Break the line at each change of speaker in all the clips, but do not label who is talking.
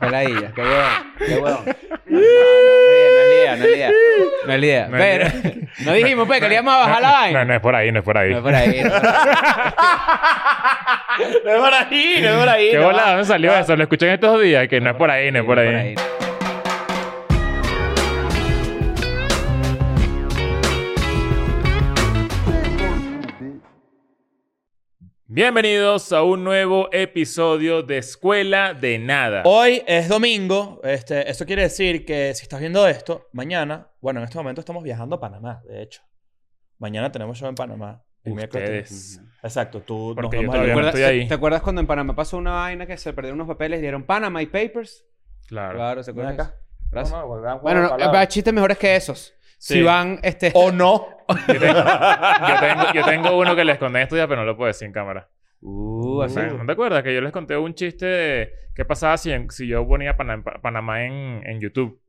ladilla, qué huevón, qué huevón. No, no, no es la idea, no es la idea, no es la idea. No es la idea.
No es la
Pero, no dijimos, pues, que le íbamos a bajar la
No,
vaina.
no es por ahí, no es por ahí.
No es por ahí. No es por ahí, no es por ahí.
Qué
no
volada,
va.
me salió eso. Lo escuché en estos días, que no es por ahí, no es por ahí. Bienvenidos a un nuevo episodio de Escuela de Nada.
Oh.
Hoy es domingo. Este, esto quiere decir que si estás viendo esto, mañana, bueno, en este momento estamos viajando a Panamá, de hecho. Mañana tenemos show en Panamá. El miércoles
Ustedes.
tenemos- Exacto, tú
Porque
nos
yo
vemos
todavía
el
no
lunes.
estoy ahí.
¿Te acuerdas cuando en Panamá pasó una vaina que se perdieron unos papeles y dieron Panama y Papers?
Claro.
Claro, ¿se
Ven
acuerdan?
acá.
Gracias.
Vamos a volver a jugar
Bueno, no,
palabras.
eh, chistes mejores que esos.
Sí.
Si van, este...
O no.
Yo tengo, yo tengo- yo tengo uno que les conté en estos días, pero no lo puedo decir en cámara.
Uh,
O sea, ¿No te acuerdas que yo les conté un chiste de qué pasaba si, en- si yo ponía Pana- Panamá en, en YouTube?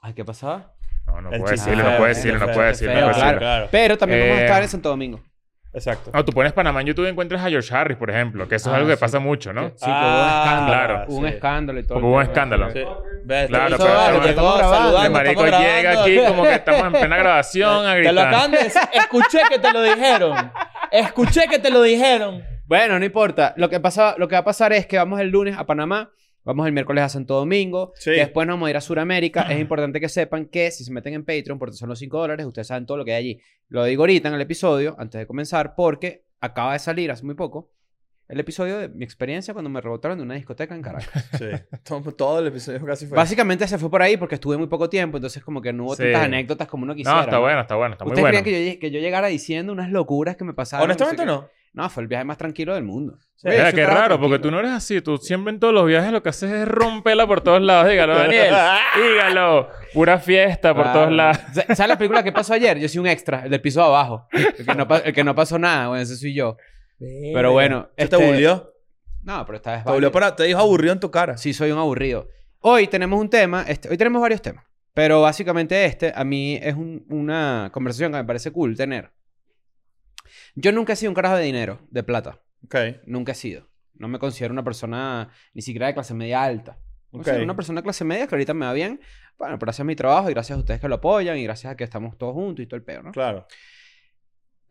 Ay, ¿qué pasaba? Ah,
No, no
El
puedo
chiste
decirlo, no
feo,
puedo
el
decirlo, no
chiste
puedo
feo,
decirlo.
Pero,
no
claro.
puedo
Pero
decirlo.
claro, claro.
Pero también vamos a
Eh,
estar en Santo Domingo.
Exacto.
No, tú pones Panamá en YouTube y encuentras a George Harris, por ejemplo, que eso
Ah,
es algo que
sí.
pasa mucho, ¿no?
Sí, que
Ah,
hubo un escándalo.
claro.
Un escándalo y todo.
Hubo un escándalo.
Sí. Ves,
Claro,
te-
pero-
vale,
pero-
llegó
estamos
saludando,
El marico
estamos
llega
grabando.
aquí como que estamos en plena grabación a
Te lo
gritar.
acaban de decir. Escuché que te lo dijeron. Escuché que te lo dijeron.
Bueno, no importa. Lo que, pasa, lo que va a pasar es que vamos el lunes a Panamá. Vamos el miércoles a Santo Domingo.
Sí.
Después nos vamos a ir a Sudamérica. es importante que sepan que si se meten en Patreon, porque son los 5 dólares, ustedes saben todo lo que hay allí. Lo digo ahorita en el episodio, antes de comenzar, porque acaba de salir hace muy poco el episodio de mi experiencia cuando me rebotaron de una discoteca en Caracas.
Sí. Todo, todo el episodio casi fue.
Básicamente se fue por ahí porque estuve muy poco tiempo, entonces como que no hubo
Sí.
tantas anécdotas como uno quisiera.
No, está
¿no?
bueno, está bueno, está muy
¿Ustedes
bueno.
creían que yo, llegué- que yo llegara diciendo unas locuras que me pasaron?
Honestamente
sé qué?
no.
No, fue el viaje más tranquilo del mundo.
Sí.
Mira,
Oye,
qué
yo estaba
raro, porque
tranquilo.
tú no eres así. Tú siempre en todos los viajes lo que haces es romperla por todos lados. Dígalo, Daniel. Dígalo. Pura fiesta por
Claro.
todos lados.
Sa- ¿Sabes la película que pasó ayer? Yo soy un extra, el del piso de abajo. El que no, pa- el que no pasó nada, bueno, ese soy yo. Pero bueno.
¿Se
este-
te bulió?
No, pero esta vez
Te bulió
vale.
para... Te dijo aburrido en tu cara.
Sí, soy un aburrido. Hoy tenemos un tema, este, hoy tenemos varios temas. Pero básicamente este, a mí es un- una conversación que me parece cool tener. Yo nunca he sido un carajo de dinero, de plata.
Ok.
Nunca he sido. No me considero una persona ni siquiera de clase media alta. Me
Ok.
considero una persona de clase media que ahorita me va bien. Bueno, pero gracias a mi trabajo y gracias a ustedes que lo apoyan y gracias a que estamos todos juntos y todo el peor, ¿no?
Claro.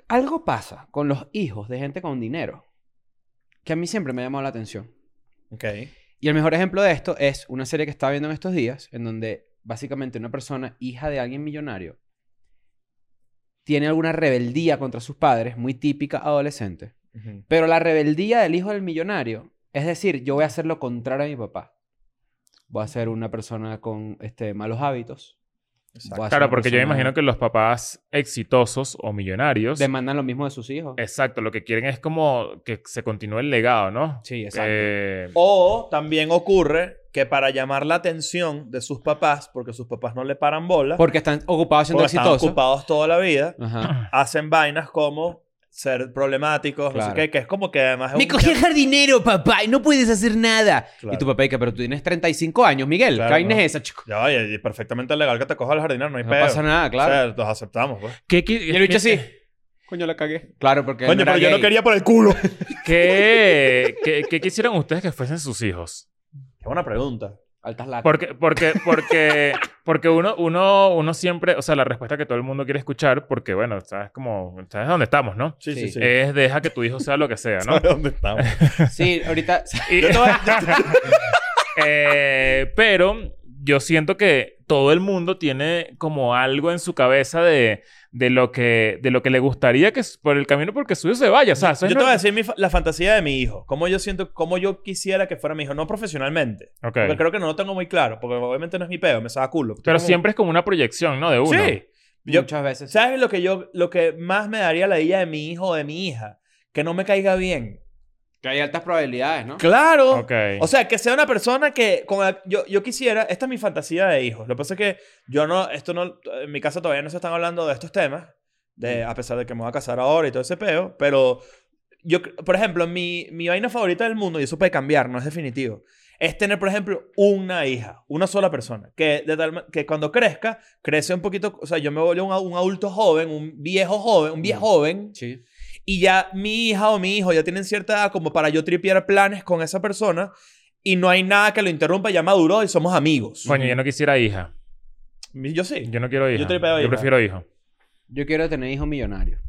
Algo pasa con los hijos de gente con dinero que a mí siempre me ha llamado la atención.
Ok.
Y el mejor ejemplo de esto es una serie que estaba viendo en estos días, en donde básicamente una persona, hija de alguien millonario, tiene alguna rebeldía contra sus padres, muy típica adolescente.
Ujú.
Pero la rebeldía del hijo del millonario, es decir, yo voy a hacer lo contrario a mi papá. Voy a ser una persona con este, malos hábitos.
Exacto.
Voy a ser
Claro,
una
porque yo me
persona-
imagino que los papás exitosos o millonarios.
Demandan lo mismo de sus hijos.
Exacto, lo que quieren es como que se continúe el legado, ¿no?
Sí, exacto.
Eh,
O también ocurre que para llamar la atención de sus papás, porque sus papás no le paran bola,
Porque están ocupados siendo
porque están
exitosos.
ocupados toda la vida,
Ajá.
hacen vainas como ser problemáticos, no
Claro.
sé qué, que es como que además es
Me
un-
cogí el jardinero, papá, y no puedes hacer nada.
Claro.
Y tu papá dice, pero tú tienes 35 años, Miguel.
Claro,
¿Qué vaina
no.
es esa, chico?
Ya, oye, y perfectamente legal que te coja el jardinero, no hay
No
pedo.
pasa nada, claro.
O sea, los aceptamos, pues.
¿qué, qui-
y el bicho
qué-
así. Coño, la cagué. Claro, porque. él
Coño,
era
pero yo no
gay.
quería por el culo. Qué
¿Qué, qué, qué quisieran ustedes que fuesen sus hijos?
buena pregunta.
Altas lacras.
Porque, porque, porque, porque uno, uno, uno siempre, o sea, la respuesta que todo el mundo quiere escuchar, porque bueno, sabes como, sabes dónde estamos, ¿no?
Sí, sí, Eh,
Sí.
sí.
Es deja que tu hijo sea lo que sea, ¿no?
¿Sabes dónde estamos?
Sí, ahorita.
Y-
Yo te voy a- yo te-
Eh, pero yo siento que todo el mundo tiene como algo en su cabeza de, de lo que de lo que le gustaría que s- por el camino porque suyo se vaya. O sea, eso es
yo te voy a
no-
decir mi fa- la fantasía de mi hijo. Cómo yo siento, cómo yo quisiera que fuera mi hijo. No profesionalmente.
Ok.
Porque creo que no lo tengo muy claro. Porque obviamente no es mi peo, me saca culo.
Pero
Como-
siempre es como una proyección, ¿no? De uno.
Sí. Yo-
muchas veces.
¿Sabes lo que yo, lo que más me daría la idea de mi hijo o de mi hija? Que no me caiga bien.
Que hay altas probabilidades, ¿no?
Claro.
Ok.
O sea, que sea una persona que con la- yo, yo quisiera, esta es mi fantasía de hijos. Lo que pasa es que yo no, esto no, en mi casa todavía no se están hablando de estos temas, de, a pesar de que me voy a casar ahora y todo ese peo, pero yo, cre- por ejemplo, mi, mi vaina favorita del mundo, y eso puede cambiar, no es definitivo, es tener, por ejemplo, una hija, una sola persona, que, de tal, ma- que cuando crezca, crece un poquito, o sea, yo me vuelvo un, a- un adulto joven, un viejo joven, un viejo
Mm.
joven,
Sí.
y ya mi hija o mi hijo ya tienen cierta edad como para yo tripear planes con esa persona y no hay nada que lo interrumpa, ya maduró y somos amigos.
Coño, yo no quisiera hija.
Yo sí.
Yo no quiero hija.
tripeo hija.
prefiero hijo.
Yo quiero tener hijos millonarios.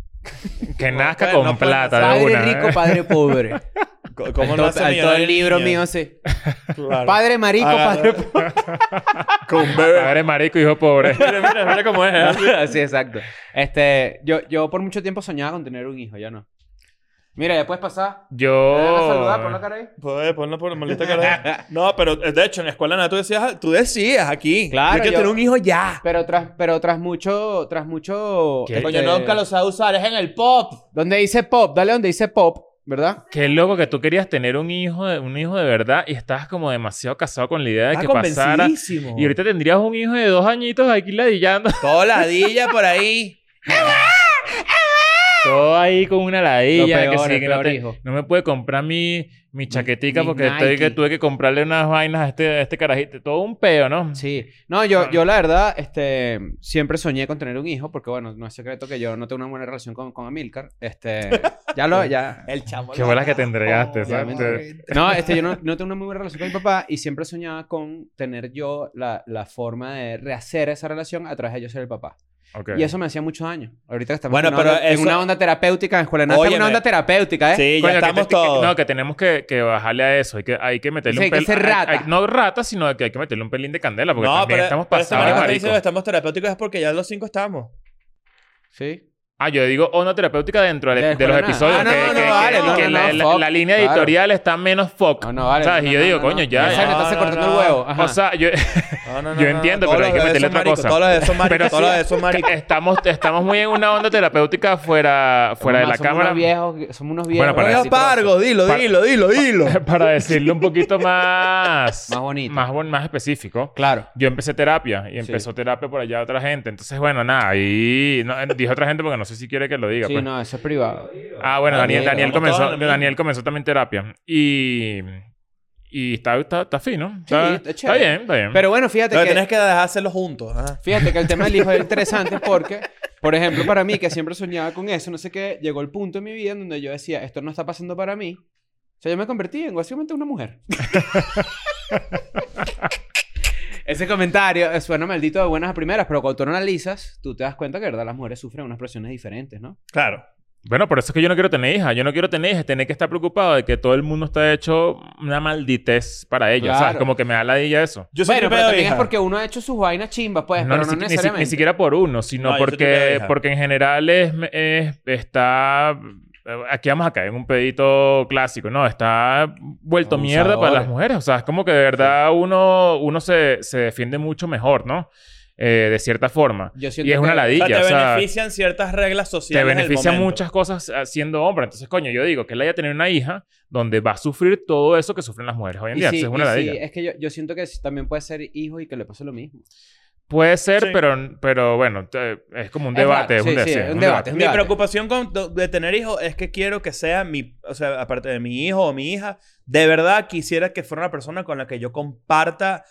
Que nazca
bueno,
con
no puede-
plata de
Padre
una.
rico,
¿eh?
padre pobre.
Co-
Como
¿Cómo no hace
todo el
millonario
libro
niño?
mío, sí.
Claro.
Padre marico,
Agarra-
padre pobre.
Con un bebé.
Padre marico, hijo pobre.
Mira, mira, mira cómo es. ¿eh?
sí, exacto. Este, yo, yo por mucho tiempo soñaba con tener un hijo, ya no. Mira, ya puedes pasar. Te dan a saludar, pon la
Yo.
cara ahí.
Pues, ponlo por maldita cara. No, pero eh, de hecho, en la escuela nada, tú decías, ah, tú decías aquí.
Claro,
Yo quiero
yo-
tener un hijo ya.
Pero tras, pero tras mucho, tras mucho.
¿Qué?
Coño, nunca lo-
sabe usar, es en el pop.
Donde dice pop, dale donde dice pop, ¿verdad?
Qué loco que tú querías tener un hijo, de, un hijo de verdad y estabas como demasiado casado con la idea de
Está
que pasara.
convencidísimo.
Y ahorita tendrías un hijo de dos añitos aquí ladillando.
Toda ladilla por ahí.
Todo ahí con una ladilla.
Lo peor,
que sí,
el
que no,
peor
te-
hijo.
no me puede comprar mi, mi chaquetica
mis
porque estoy
Nike.
que tuve que comprarle unas vainas a este, a este carajito. Todo un peo, ¿no?
Sí. No, yo, yo la verdad, este, siempre soñé con tener un hijo, porque bueno, no es secreto que yo no tengo una buena relación con, con Amilcar. Este, ya lo, ya.
El chamo.
Qué bolas que te entregaste,
Ya
¿sabes?
me
Te-
No, este, yo no, no tengo una muy buena relación con mi papá y siempre soñaba con tener yo la, la forma de rehacer esa relación a través de yo ser el papá.
Ok.
Y eso me hacía mucho daño. Ahorita estamos
Bueno,
en, una
pero
onda, en
eso-
una onda terapéutica, en escuela de nada,
Óyeme.
en una onda terapéutica, ¿eh?
Sí, ya
Coño, que
estamos
te- que-
todos.
no, que tenemos que, que bajarle a eso. Hay que, hay que meterle
Sí, hay
un
que
pelín.
ser rata.
no rata, sino que hay que meterle un pelín de candela. Porque
No,
también estamos
pero este
pasados de
marico está
marico.
diciendo que estamos terapéuticos es porque ya los cinco estamos.
Sí.
Ah, yo digo onda terapéutica dentro de,
De la
de los
escuela,
episodios.
nada. Ah, no, no,
que, que-
no,
que-
vale, no,
que
no,
la,
no,
la-
fuck.
la línea
Claro. Ah,
editorial está menos fuck.
No, no, vale.
¿Sabes?
no,
y yo
no,
digo,
no,
coño,
no.
ya.
Esa
ya.
le está
No,
cortando
no,
el huevo.
no.
Ajá.
O sea, yo,
No, no,
Yo entiendo, pero hay que meterle otra cosa.
Todos los de esos maricos,
Pero
todos los
sí-
de esos maricos.
estamos, estamos muy en una onda terapéutica fuera, fuera de
Mamá,
la
somos
cámara.
Unos viejos, somos unos viejos.
Bueno, para-
Oiga,
reciclosos.
Pargo, dilo,
Par-
dilo, dilo, dilo.
Para decirlo un poquito más...
Más bonito.
Más, bon- más específico.
Claro.
Yo empecé terapia y empezó terapia por allá otra gente. Entonces, bueno, nada, ahí no, eh, dije otra gente porque no sé si quiere que lo diga.
Sí,
pues.
no, eso es privado.
Ah, bueno, Daniel,
Daniel,
Daniel,
estamos todos
comenzó,
en la misma.
Daniel comenzó también terapia. Y, y está, está, está fino. Está,
está
está
chévere.
bien, está bien.
Pero bueno, fíjate
Pero
que...
tenés que dejárselo juntos. ajá.
Fíjate que el tema del hijo es interesante porque, por ejemplo, para mí, que siempre soñaba con eso, no sé qué, llegó el punto en mi vida en donde yo decía, esto no está pasando para mí. O sea, yo me convertí en básicamente una mujer. Ese comentario eh, suena maldito de buenas a primeras, pero cuando tú lo analizas, tú te das cuenta que, de verdad, las mujeres sufren unas presiones diferentes, ¿no?
Claro.
Bueno, por eso es que yo no quiero tener hija. Yo no quiero tener hija. Tener que estar preocupado de que todo el mundo está hecho una malditez para ella. O sea,
Claro.
como que me da la ella eso.
Yo
bueno, pero
tripeo,
también
hija.
es porque uno ha hecho sus vainas chimbas, pues,
No,
pero
ni,
no
si- ni si- ni
necesariamente.
siquiera por uno, sino
No, yo soy tu
porque,
hija.
porque en general es, es- está... Aquí vamos a caer en un pedito clásico, ¿no? Está vuelto mierda para
Abusadores.
las mujeres. O sea, es como que de verdad uno, uno se, se defiende mucho mejor, ¿no? Eh, de cierta forma.
Yo siento
Y es una
que-
ladilla.
O sea,
o
te
sea,
benefician ciertas reglas sociales.
te benefician
del momento.
muchas cosas ah, siendo hombre. Entonces, coño, yo digo que la idea tener una hija donde va a sufrir todo eso que sufren las mujeres hoy en
Y
día.
sí,
Entonces, es una
y sí,
ladilla.
es que yo, yo siento que también puede ser hijo y que le pase lo mismo.
Puede ser,
Sí.
pero, pero bueno, te- es como un
Es
debate.
raro,
Es un,
sí, sí,
de- sí,
es
un
un
debate.
debate.
Mi preocupación con, de tener hijos es que quiero que sea mi, o sea, aparte de mi hijo o mi hija, de verdad quisiera que fuera una persona con la que yo comparta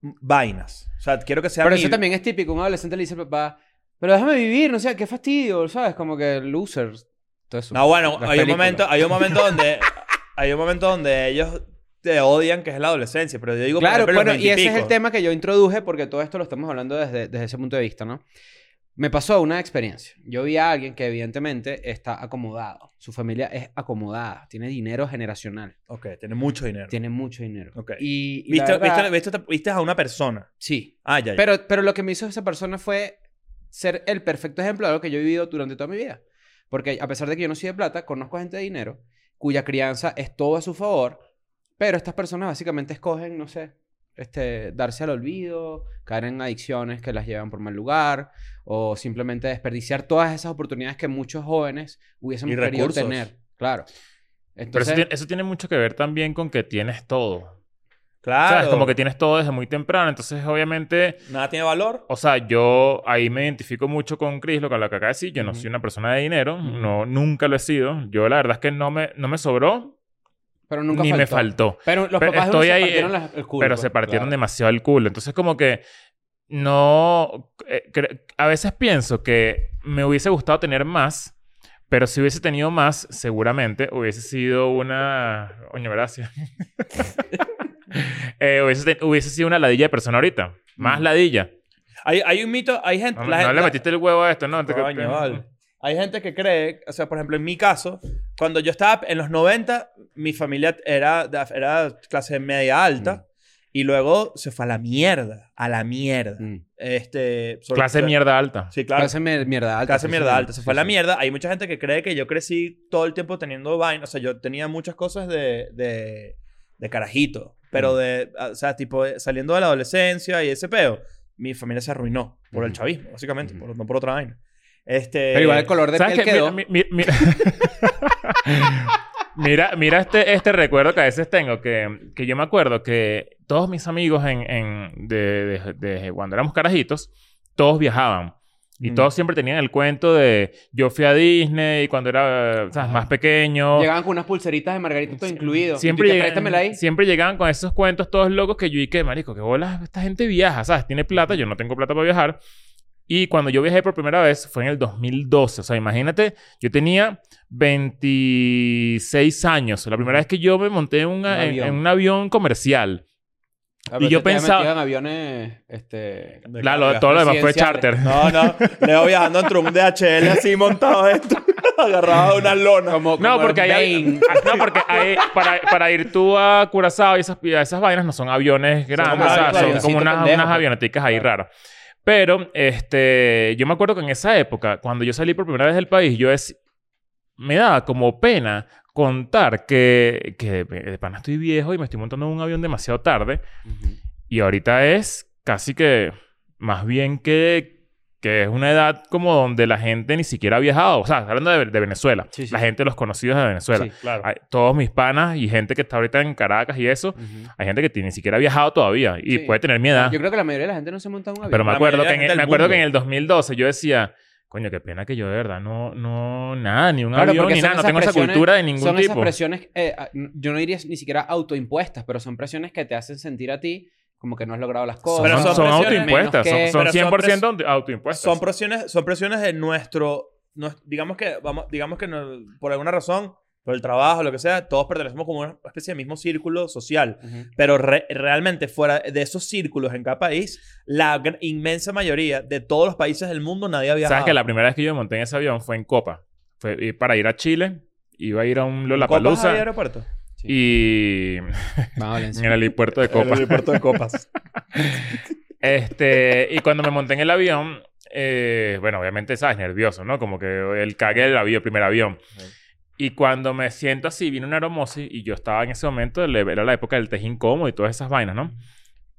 vainas. O sea, quiero que sea
Pero
mi-
eso también es típico. Un adolescente le dice al papá, pero déjame vivir, no sé, qué fastidio, ¿sabes? Como que losers. Todo eso.
No, bueno,
Las
hay un,
películas.
momento, hay un momento donde hay un momento donde ellos te odian que es la adolescencia, pero yo digo por
Claro,
ejemplo, los
bueno, y ese es el
20
tema que yo introduje porque todo esto lo estamos hablando desde, desde ese punto de vista, ¿no? Me pasó una experiencia. Yo vi a alguien que evidentemente está acomodado. Su familia es acomodada, tiene dinero generacional,
y pico. Ok, tiene mucho dinero.
tiene mucho dinero.
Ok.
Y, y la
¿Viste,
verdad-
viste- viste- viste a una persona.
Sí,
Ah, ya, ya.
Pero, pero lo que me hizo esa persona fue ser el perfecto ejemplo de algo que yo he vivido durante toda mi vida. Porque a pesar de que yo no soy de plata, conozco gente de dinero cuya crianza es todo a su favor, pero estas personas básicamente escogen, no sé, este, darse al olvido, caer en adicciones que las llevan por mal lugar, o simplemente desperdiciar todas esas oportunidades que muchos jóvenes hubiesen
Y
querido
recursos.
tener. Claro.
Pero eso
Entonces,
tiene, eso tiene mucho que ver también con que tienes todo.
claro.
¿Sabes? Como que tienes todo desde muy temprano. Entonces, obviamente,
Nada tiene valor.
o sea, yo ahí me identifico mucho con Chris, lo que, lo que acaba de decir. Yo no
Ujú.
soy una persona de dinero.
Ujú.
no, nunca lo he sido. Yo la verdad es que no me, no me sobró
pero nunca
ni me faltó.
Pero los
Pero
papás de uno
estoy
se
ahí,
partieron
eh,
las- el culo.
pero
pues,
se partieron
claro.
demasiado el culo. Entonces, como que no. eh, cre- a veces pienso que me hubiese gustado tener más, pero si hubiese tenido más, seguramente hubiese sido una. Coño, gracias. Eh, hubiese, te- hubiese sido una ladilla de persona ahorita. Más ladilla.
Hay, hay un mito, hay gente...
No,
Mm. la
no
gente-
le metiste el huevo a esto, ¿no? Te-
Coño, vale. Hay gente que cree, o sea, por ejemplo, en mi caso, cuando yo estaba en los 90, mi familia era, de- era clase media alta
Mm.
y luego se fue a la mierda, a la mierda.
Mm.
Este, sobre-
Clase mierda alta.
Sí, claro.
Clase mier- mierda alta.
clase
sí,
mierda
señor.
alta. Se
Sí,
fue a la
sí.
mierda. Hay mucha gente que cree que yo crecí todo el tiempo teniendo vaina. O sea, yo tenía muchas cosas de, de, de carajito. Pero
Mm.
de, o sea, tipo, eh, saliendo de la adolescencia y ese peo, mi familia se arruinó por el
Ujú.
chavismo, básicamente,
Ujú.
por- no por otra vaina. Este,
Pero igual el color de
¿Sabes
piel
qué?
quedó.
Mi- mi- mi- mira, mira este, este recuerdo que a veces tengo, que, que yo me acuerdo que todos mis amigos en, en- de, de- de cuando éramos carajitos, todos viajaban. Y
Mm.
todos siempre tenían el cuento de yo fui a Disney y cuando era eh, ¿sabes? más pequeño.
Llegaban con unas pulseritas de Margarito todo incluido. Y
Siempre
tú que,
llegan-
"Préstamela ahí.
siempre llegaban con esos cuentos todos locos que yo y que, marico, que bolas, esta gente viaja, ¿sabes? Tiene plata, yo no tengo plata para viajar. Y cuando yo viajé por primera vez fue en el 2012. O sea, imagínate, yo tenía 26 años. La primera vez que yo me monté en, una-
Un
en-
avión.
en un avión comercial.
Ah, pero
y yo
te habías
pensaba-
metido en aviones, este...
de
La- lo-
carga.
todo lo demás fue
presidenciales.
charter.
No, no. Leo viajando entre un DHL así montado esto, agarrado de una lona.
Como, como
No, porque
el
hay,
Bane.
ah, no, porque hay- para, para ir tú a Curazao y esas, y a esas vainas no son aviones grandes,
como
o sea,
aviones,
son
avioncitos
como unas,
pendejos,
unas
pues.
avioneticas ahí raras. Pero este, yo me acuerdo que en esa época, cuando yo salí por primera vez del país, yo es, me daba como pena contar que, que eh, de pana estoy viejo y me estoy montando en un avión demasiado tarde.
Ujú.
Y ahorita es casi que más bien que, que es una edad como donde la gente ni siquiera ha viajado. O sea, hablando de, de Venezuela.
Sí, sí.
La gente, los conocidos de Venezuela.
Sí,
claro.
Hay- todos mis panas y gente que está ahorita en Caracas y eso.
Ujú.
Hay gente que ti- ni siquiera ha viajado todavía y
Sí.
puede tener mi edad.
Yo creo que la mayoría de la gente no se monta en un avión.
Pero me
La
acuerdo,
mayoría
que
de
en,
la gente
el- me
del
acuerdo que en
mundo.
el 2012 yo decía, coño, qué pena que yo de verdad no, no, nada, ni un
Claro,
avión
porque
ni
son
nada. No
esas
tengo esa
presiones-
cultura de ningún
son
tipo.
esas presiones, eh, a- n- yo no diría ni siquiera autoimpuestas, pero son presiones que te hacen sentir a ti como que no has logrado las cosas.
Son,
Pero
son
son presiones
autoimpuestas.
menos que-
Son,
Pero son
100% auto- autoimpuestas.
Son presiones, son presiones de nuestro, nues- digamos que vamos, digamos que no- por alguna razón, por el trabajo, lo que sea, todos pertenecemos como una especie de mismo círculo social.
Ujú.
Pero re- realmente fuera de esos círculos en cada país, la gran- inmensa mayoría de todos los países del mundo nadie ha viajado.
¿Sabes que la primera vez que yo me monté en ese avión fue en Copa? Fue eh, para ir a Chile. Iba a ir a un
¿Copas había
Lollapalooza
aeropuerto?
y
Vamos a
en
Valencia.
el aeropuerto de Copa.
aeropuerto de Copas.
Este, y cuando me monté en el avión, eh, bueno, obviamente, ¿sabes? Nervioso, ¿no? Como que el cagué del avión, primer avión. Y cuando me siento así, vino una aromosis y yo estaba en ese momento, le- era la época del tejín cómodo y todas esas vainas, ¿no?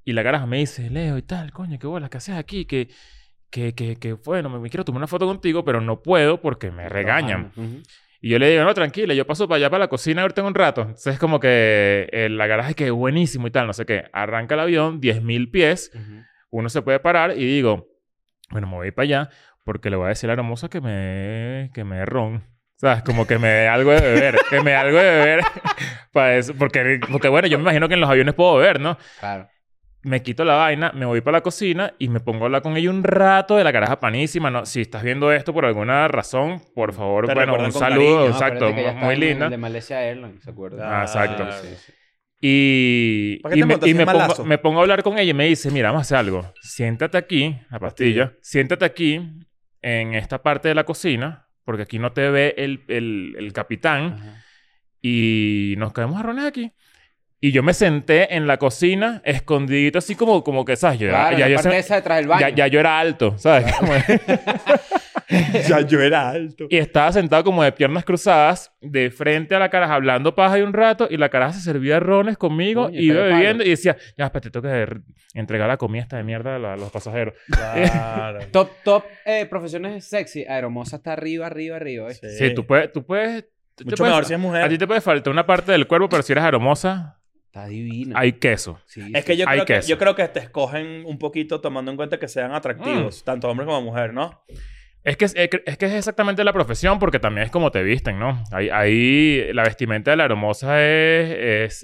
Y la caraja me dice, Leo y tal, coño, qué bolas, ¿qué haces aquí? Que, que, que, que bueno, me, me quiero tomar una foto contigo, pero no puedo porque me regañan.
Ujú.
Y yo le digo, no, tranquila, yo paso para allá para la cocina ahorita en un rato. Entonces es como que eh, la garaje que buenísimo y tal, no sé qué. Arranca el avión, 10.000 pies,
Ujú.
uno se puede parar y digo, bueno, me voy para allá porque le voy a decir a la hermosa que me dé- que me dé ron. ¿Sabes? Como que me dé algo de beber, que me dé algo de beber para eso. Porque, porque bueno, yo me imagino que en los aviones puedo beber, ¿no?
Claro.
me quito la vaina, me voy para la cocina y me pongo a hablar con ella un rato de la caraja panísima. No, si estás viendo esto por alguna razón, por favor,
Te
bueno,
recuerdan
un
con
saludo,
cariño,
No,
Oh, exacto,
acuérdate que ya
muy,
estaba
muy
en el
linda.
De Malaysia Airlines, ¿se acuerdan?
Ah, exacto.
Sí, sí, sí.
Y,
¿Para qué
y
te
me,
montas?
y
Es
me pongo,
malazo.
me pongo a hablar con ella y me dice, mira, vamos a hacer algo. Siéntate aquí, la pastilla, siéntate aquí en esta parte de la cocina, porque aquí no te ve el, el- el capitán.
Ajá.
y nos caemos a rones aquí. Y yo me senté en la cocina, escondidito, así como, como que, ¿sabes? Yo era-
Claro,
ya,
la
yo
parte
se-
esa detrás del
ya-
baño.
ya yo era alto, ¿sabes? Como-
ya yo era alto.
y estaba sentado como de piernas cruzadas, de frente a la caraja, hablando paja y un rato, y la caraja se servía rones conmigo,
Coño,
y iba
pero
bebiendo, y decía, ya, espérate, tengo que re- entregar la comida esta de mierda a, la- a los pasajeros.
Claro.
Top, top eh, profesiones sexy. Aeromosa está arriba, arriba, arriba. ¿viste?
Sí, tú puedes... Tú puedes tú te
Mucho
puedes-
mejor si es
A ti
mujer.
te puede faltar una parte del cuerpo, pero si eres aromosa,
Está divina.
hay queso.
Sí,
Es
sí.
que yo
Hay
creo que,
queso.
yo creo que te escogen un poquito tomando en cuenta que sean
Mm.
atractivos, tanto hombre como mujer, ¿no?
Es que es, es que- es que es exactamente la profesión, porque también es como te visten, ¿no? Ahí, ahí la vestimenta de la hermosa es,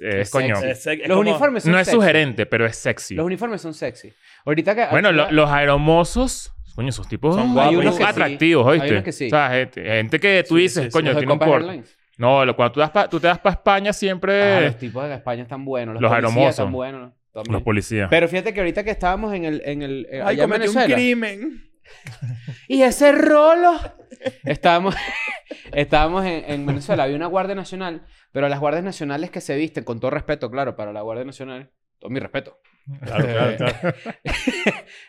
es, es,
Es
coño.
sexy.
Es sec- es
Los
como-
uniformes son
No es
sexy.
sugerente, pero es sexy.
Los uniformes son sexy. Ahorita que...
bueno, lo-
ahorita-
los aeromosos, coño, esos tipos
Son
son
guapos. Hay unos que
atractivos,
sí.
¿oíste?
Hay unos que sí.
O sea, gente, gente que tú
Sí,
dices,
sí, sí.
coño,
los de
tiene un
Copa
porte.
Airlines.
No, lo- cuando tú, das pa- tú te das para España siempre
Ah, los tipos de España están buenos. Los,
Eh. los
policías
aeromosos.
están buenos. también.
los policías.
Pero fíjate que ahorita que estábamos en el... En el eh,
Ay,
allá en
cometí un
Venezuela.
crimen.
Y ese rolo. Estábamos, estábamos en, en Venezuela, había una Guardia Nacional, pero las Guardias Nacionales que se visten, con todo respeto, claro, para la Guardia Nacional, todo mi respeto.
Claro, claro, claro.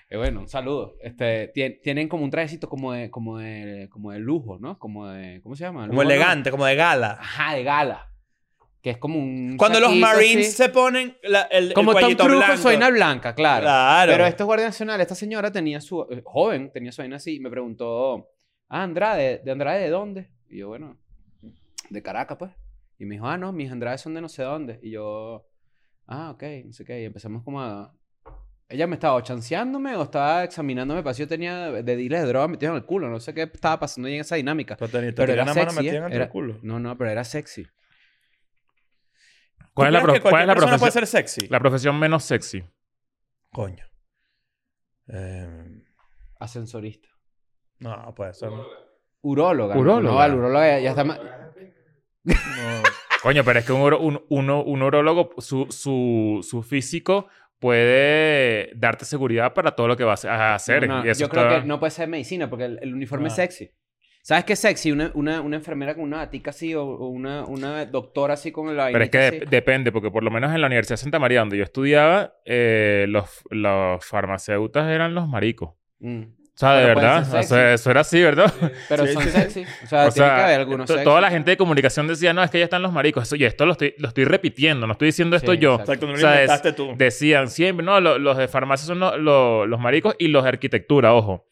Eh, bueno, un saludo. Este, tien- tienen como un trajecito como de, como de, como de lujo, ¿no? Como de, ¿cómo se llama?
Como
Lujo, ¿no?
elegante, como de gala.
Ajá, de gala. Que es como un.
Cuando los
saquito
Marines
así.
se ponen la- el, el
Como Tom
cuellito
Cruise con
blanco.
su vaina blanca, claro.
Claro.
Pero estos guardias nacionales, esta señora tenía su. eh, joven, tenía su vaina así. Y me preguntó, ah, Andrade, ¿de Andrade de dónde? Y yo, bueno, de Caracas, pues. Y me dijo, ah, no, mis Andrades son de no sé dónde. Y yo, ah, ok, no sé qué. Y empezamos como a. Ella me estaba o chanceándome o estaba examinándome para si yo tenía de dealers de droga metido en el culo. No sé qué estaba pasando ahí en esa dinámica.
Pero tenía- te
Pero
tenía
era
una mano
sexy,
metida
¿eh?
en
Era-
el culo.
No, no, pero era sexy.
¿Cuál es la,
¿Tú crees
pro-
que
cuál es la
cualquier persona
profesión,
puede ser sexy?
la profesión menos sexy?
Coño. Eh,
Ascensorista.
no, puede ser. No.
Uróloga. ¿no?
Uróloga.
No, el uróloga ya está más-
Coño, pero es que un, uro- un, uno- un urólogo, su, su, su físico puede darte seguridad para todo lo que vas a hacer.
No, no,
y eso
yo creo
está-
que no puede ser medicina porque el, el uniforme es
Ah.
sexy. ¿Sabes qué es sexy? Una, una, una enfermera con una batica así o, o una, una doctora así con la
Pero es que
vainita
de-
así.
depende, porque por lo menos en la Universidad de Santa María, donde yo estudiaba, eh, los, los farmacéuticos eran los maricos.
Mm.
O sea, de
Pero pueden
verdad.
ser
O sea, eso era así, ¿verdad?
Pero
Sí,
son
sí, sí.
sexy. O sea,
O
tiene que
sea,
haber algunos
to-
sexy.
Toda la gente de comunicación decía, no, es que ya están los maricos. Eso, y esto lo estoy, lo estoy repitiendo, no estoy diciendo esto
Sí,
yo.
exacto.
Exacto, no
O
lo
sea, es-
inventaste tú.
Decían siempre, no, lo- los de farmacia son lo- lo- los maricos y los de arquitectura, ojo.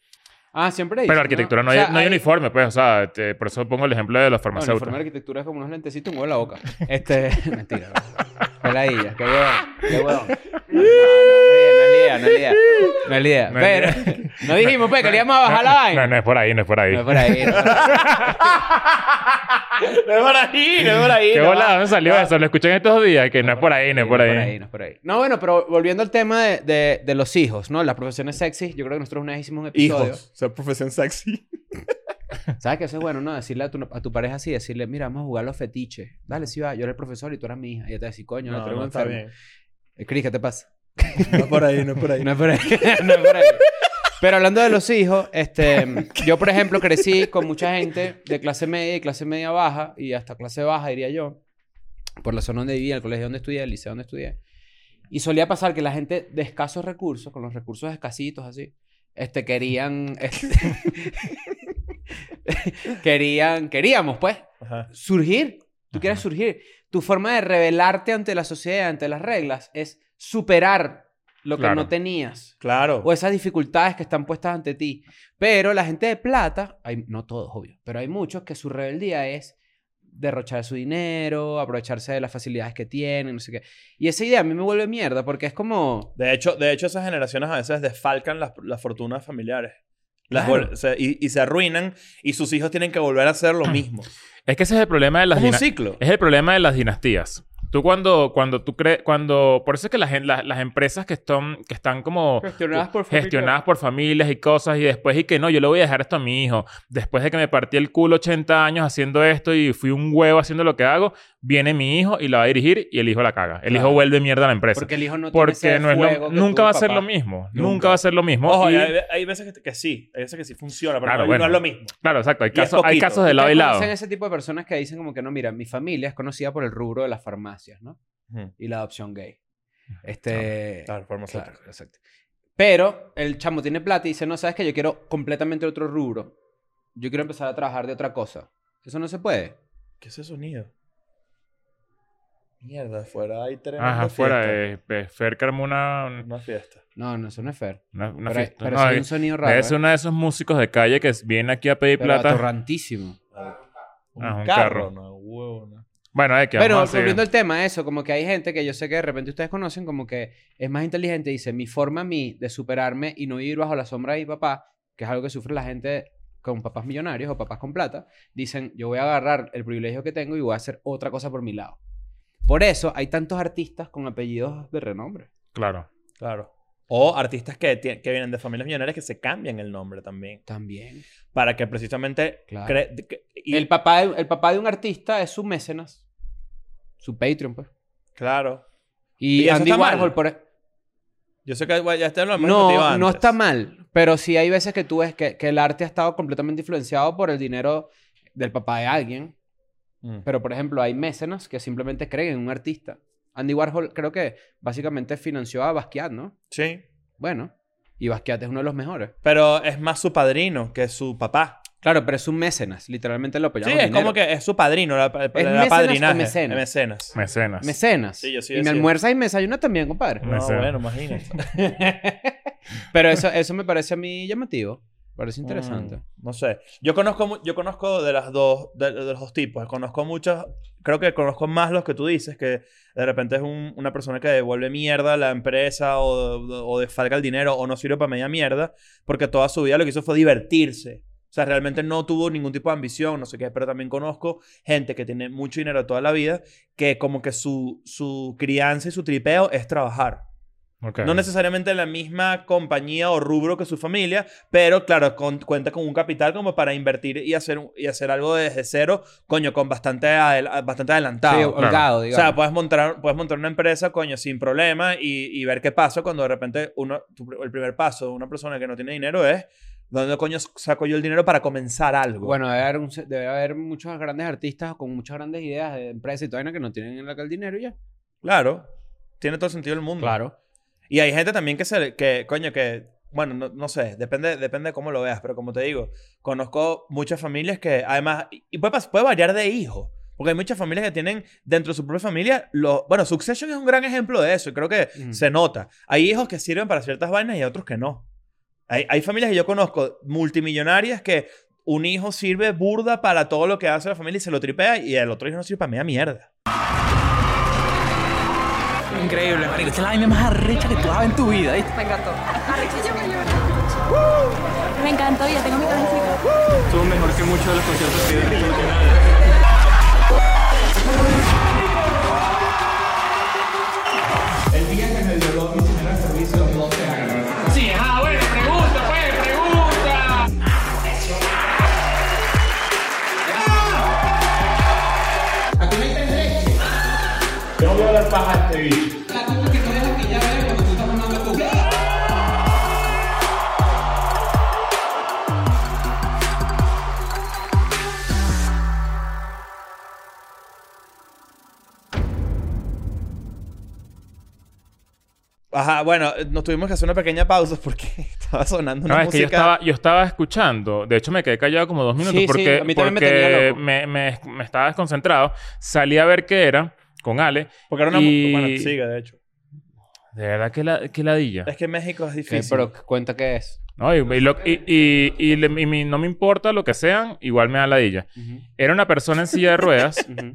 Ah, siempre dicen,
Pero arquitectura no,
O
hay,
sea,
no hay uniforme, pues, o sea, te- por eso pongo el ejemplo de los
Bueno, el uniforme
farmacéuticos.
de arquitectura es como unos lentecitos y un huevo en la boca. Este... Mentira. no. Peladilla. Qué huevón. Qué huevón. No, no, no es idea, no es idea, no es idea. No
No
es idea.
es
Pero no dijimos, pues, queríamos bajar la vaina.
no, no es por ahí, no es por ahí.
No es por ahí. no es por ahí.
No es por ahí, no es por ahí.
Qué
no
volada,
va.
¿dónde salió eso? Lo escuché en estos días, que no es por ahí, no es por ahí.
No, es por ahí. No, bueno, pero volviendo al tema de, de- de los hijos, ¿no? Las profesiones sexy. Yo creo que nosotros una vez hicimos un episodio.
Hijos, ser profesión sexy.
¿Sabes que eso es bueno, no? Decirle a tu, a tu pareja así, decirle, mira, vamos a jugar los fetiches. Dale, sí va, yo era el profesor y tú eras mi hija. Y ella te va a decir, coño, no,
No,
te lo
no está bien.
Cris, ¿qué te pasa?
No es por ahí, no es por ahí.
No es por ahí. no es por ahí. Pero hablando de los hijos, este, yo, por ejemplo, crecí con mucha gente de clase media y clase media baja, y hasta clase baja, diría yo, por la zona donde vivía, el colegio donde estudié, el liceo donde estudié. Y solía pasar que la gente de escasos recursos, con los recursos escasitos así, este, querían... este, querían, queríamos, pues,
Ajá.
surgir. Tú quieres surgir. Tu forma de rebelarte ante la sociedad, ante las reglas, es superar lo que
Claro.
no tenías.
Claro.
O esas dificultades que están puestas ante ti. Pero la gente de plata, hay, no todos, obvio, pero hay muchos que su rebeldía es derrochar su dinero, aprovecharse de las facilidades que tienen, no sé qué. Y esa idea a mí me vuelve mierda porque es como...
De hecho, de hecho, esas generaciones a veces desfalcan las, las fortunas familiares. Las
Claro.
vol- se- y, y se arruinan y sus hijos tienen que volver a hacer lo mismo.
Es que ese es el problema de las
Como un
dinastías.
ciclo.
Es el problema de las dinastías. Tú cuando, cuando tú crees, cuando, por eso es que la gen- la- las empresas que están, que están como
Gestionadas por familia.
gestionadas por familias y cosas y después y que no, yo le voy a dejar esto a mi hijo. Después de que me partí el culo 80 años haciendo esto y fui un huevo haciendo lo que hago, viene mi hijo y la va a dirigir y el hijo la caga. El
Claro.
hijo vuelve mierda a la empresa.
Porque el hijo no
Porque
tiene ese
no es
fuego
lo,
que
nunca
tuvo
va a
el
ser
papá.
lo mismo. Nunca.
Nunca.
va a ser lo mismo.
Ojo,
Y-
y hay, hay veces que, que sí, hay veces que sí funciona, pero
Claro,
no,
bueno.
no es lo mismo.
Claro, exacto. Hay
Y es
casos, hay
poquito.
casos de lado y
¿Ustedes
lado.
conocen ese tipo de personas que dicen como que no, mira, mi familia es conocida por el rubro de las farmacias, ¿no?
Ujú.
Y la adopción gay. Este...
Ah, Claro, por
claro,
nosotros.
exacto. Pero el chamo tiene plata y dice, no, ¿sabes que Yo quiero completamente otro rubro. Yo quiero empezar a trabajar de otra cosa. Eso no se puede.
¿Qué es ese sonido? Mierda, afuera hay tremenda
Ajá, fuera.
fiesta.
Eh, eh, Fer Carmo una,
Una fiesta.
No, no, eso no es fair.
una, una
pero
fiesta.
pero
No,
eso es
eh,
un sonido raro.
Debe ser
¿eh?
uno de esos músicos de calle que viene aquí a pedir
Pero
plata.
atorrantísimo.
Ah, un carro.
No, huevo, no.
Bueno, es que
Pero
vamos a seguir.
volviendo al tema, eso, como que hay gente que yo sé que de repente ustedes conocen, como que es más inteligente y dice, mi forma a mí de superarme y no vivir bajo la sombra de mi papá, que es algo que sufre la gente con papás millonarios o papás con plata, dicen, yo voy a agarrar el privilegio que tengo y voy a hacer otra cosa por mi lado. Por eso hay tantos artistas con apellidos de renombre.
Claro.
Claro. O artistas que, tie- que vienen de familias millonarias que se cambian el nombre también.
También.
Para que precisamente...
Claro.
cre- de- que- y-
El, papá de, el papá de un artista es su mecenas. Su Patreon, pues.
Claro.
Y,
¿Y eso
Andy
está mal?
Warhol, por, e-
Yo sé que bueno, ya te lo hemos discutido
No, no
antes.
está mal. Pero sí hay veces que tú ves que, que el arte ha estado completamente influenciado por el dinero del papá de alguien.
Mm.
Pero, por ejemplo, hay mecenas que simplemente creen en un artista. Andy Warhol creo que básicamente financió a Basquiat, ¿no?
Sí.
Bueno. Y Basquiat es uno de los mejores.
Pero es más su padrino que su papá.
Claro, pero es un mecenas. Literalmente lo
Sí,
apoyamos
es como que es su padrino, la, la,
¿Es
la
mecenas o
padrinaje.
mecenas?
Es mecenas.
Mecenas.
Mecenas.
Sí, yo sí
y me
decía.
almuerza y me desayuna también, compadre.
No,
Mecenas.
bueno, imagínate.
Pero eso, eso me parece a mí llamativo. Parece interesante.
Mm, no sé. Yo conozco, mu- yo conozco de las dos, de, de los dos tipos. Conozco muchos, creo que conozco más los que tú dices, que de repente es un- una persona que devuelve mierda a la empresa o, o desfalca el dinero o no sirve para media mierda, porque toda su vida lo que hizo fue divertirse. O sea, realmente no tuvo ningún tipo de ambición, no sé qué, pero también conozco gente que tiene mucho dinero toda la vida, que como que su, su crianza y su tripeo es trabajar.
Ok.
No necesariamente en la misma compañía o rubro que su familia, pero claro, con- cuenta con un capital como para invertir y hacer, un- y hacer algo desde cero, coño, con bastante, adel-
Sí,
bastante adelantado.
holgado,
o
digamos.
sea, puedes montar, puedes montar una empresa, coño, sin problema y, y ver qué pasa cuando de repente uno, tu pr- el primer paso de una persona que no tiene dinero es, ¿dónde coño saco yo el dinero para comenzar algo?
Bueno, debe haber, un- debe haber muchos grandes artistas con muchas grandes ideas de empresas y todo vaina que no tienen en la que el dinero y ya.
Claro, tiene todo el sentido del mundo. Y hay gente también que se que, coño, que, bueno, no, no sé, depende, depende de cómo lo veas, pero como te digo, conozco muchas familias que además, y y puede, pas- puede variar de hijo, porque hay muchas familias que tienen dentro de su propia familia, los, bueno, Succession es un gran ejemplo de eso, y creo que
Mm.
Ujú.
se nota. Hay hijos que sirven para ciertas vainas y otros que no. Hay, hay familias que yo conozco, multimillonarias, que un hijo sirve burda para todo lo que hace la familia y se lo tripea, y el otro hijo no sirve para media mierda.
Increíble, marico. Esta es la vaina más arrecha que tú has en tu vida, ¿viste?
Me encantó. Me encantó, ya tengo mi cabecita.
Estuvo mejor que muchos de los conciertos que he ido.
Ajá, bueno, nos tuvimos que hacer una pequeña pausa porque estaba sonando una
No, es que yo
música.
estaba, yo estaba escuchando. De hecho, me quedé callado como dos minutos
Sí, sí,
porque,
a mí también me
porque
tenía loco.
me, me- me estaba desconcentrado. Salí a ver qué era con Ale.
Porque era una
y-
mu- Bueno, sigue, de hecho.
De verdad que, la, que ladilla.
Es que México es
Que-
difícil.
pero cuenta qué es.
No, y, y lo- y- y- y le- y mi- no me importa lo que sean, igual me da ladilla. Era una persona en silla de ruedas
Ujú,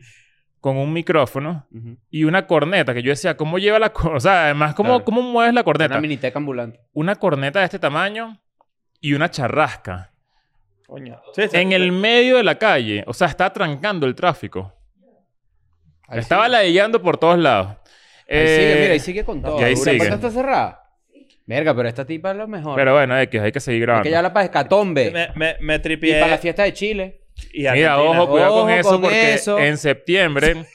con un micrófono
ujú.
y una corneta. Que yo decía, ¿cómo lleva la corneta? O sea, además, ¿cómo,
Claro.
¿cómo mueves la corneta?
Una miniteca ambulante.
Una corneta de este tamaño y una charrasca.
Coño. Sí, sí.
En el medio de la calle. O sea, está trancando el tráfico.
Ahí
Estaba
sigue.
ladillando por todos lados.
Ahí
Eh,
sigue, mira, ahí sigue con todo.
y ahí
La
sigue.
puerta está cerrada. Verga, pero esta tipa es lo mejor.
Pero bueno, X, hay que seguir
Hay
grabando.
que ya la para
Me,
Catombe.
me, me
Y
tripié.
para la fiesta de Chile.
y Argentina.
Mira, ojo, cuidado
Ojo
con eso
con
porque
eso.
en septiembre...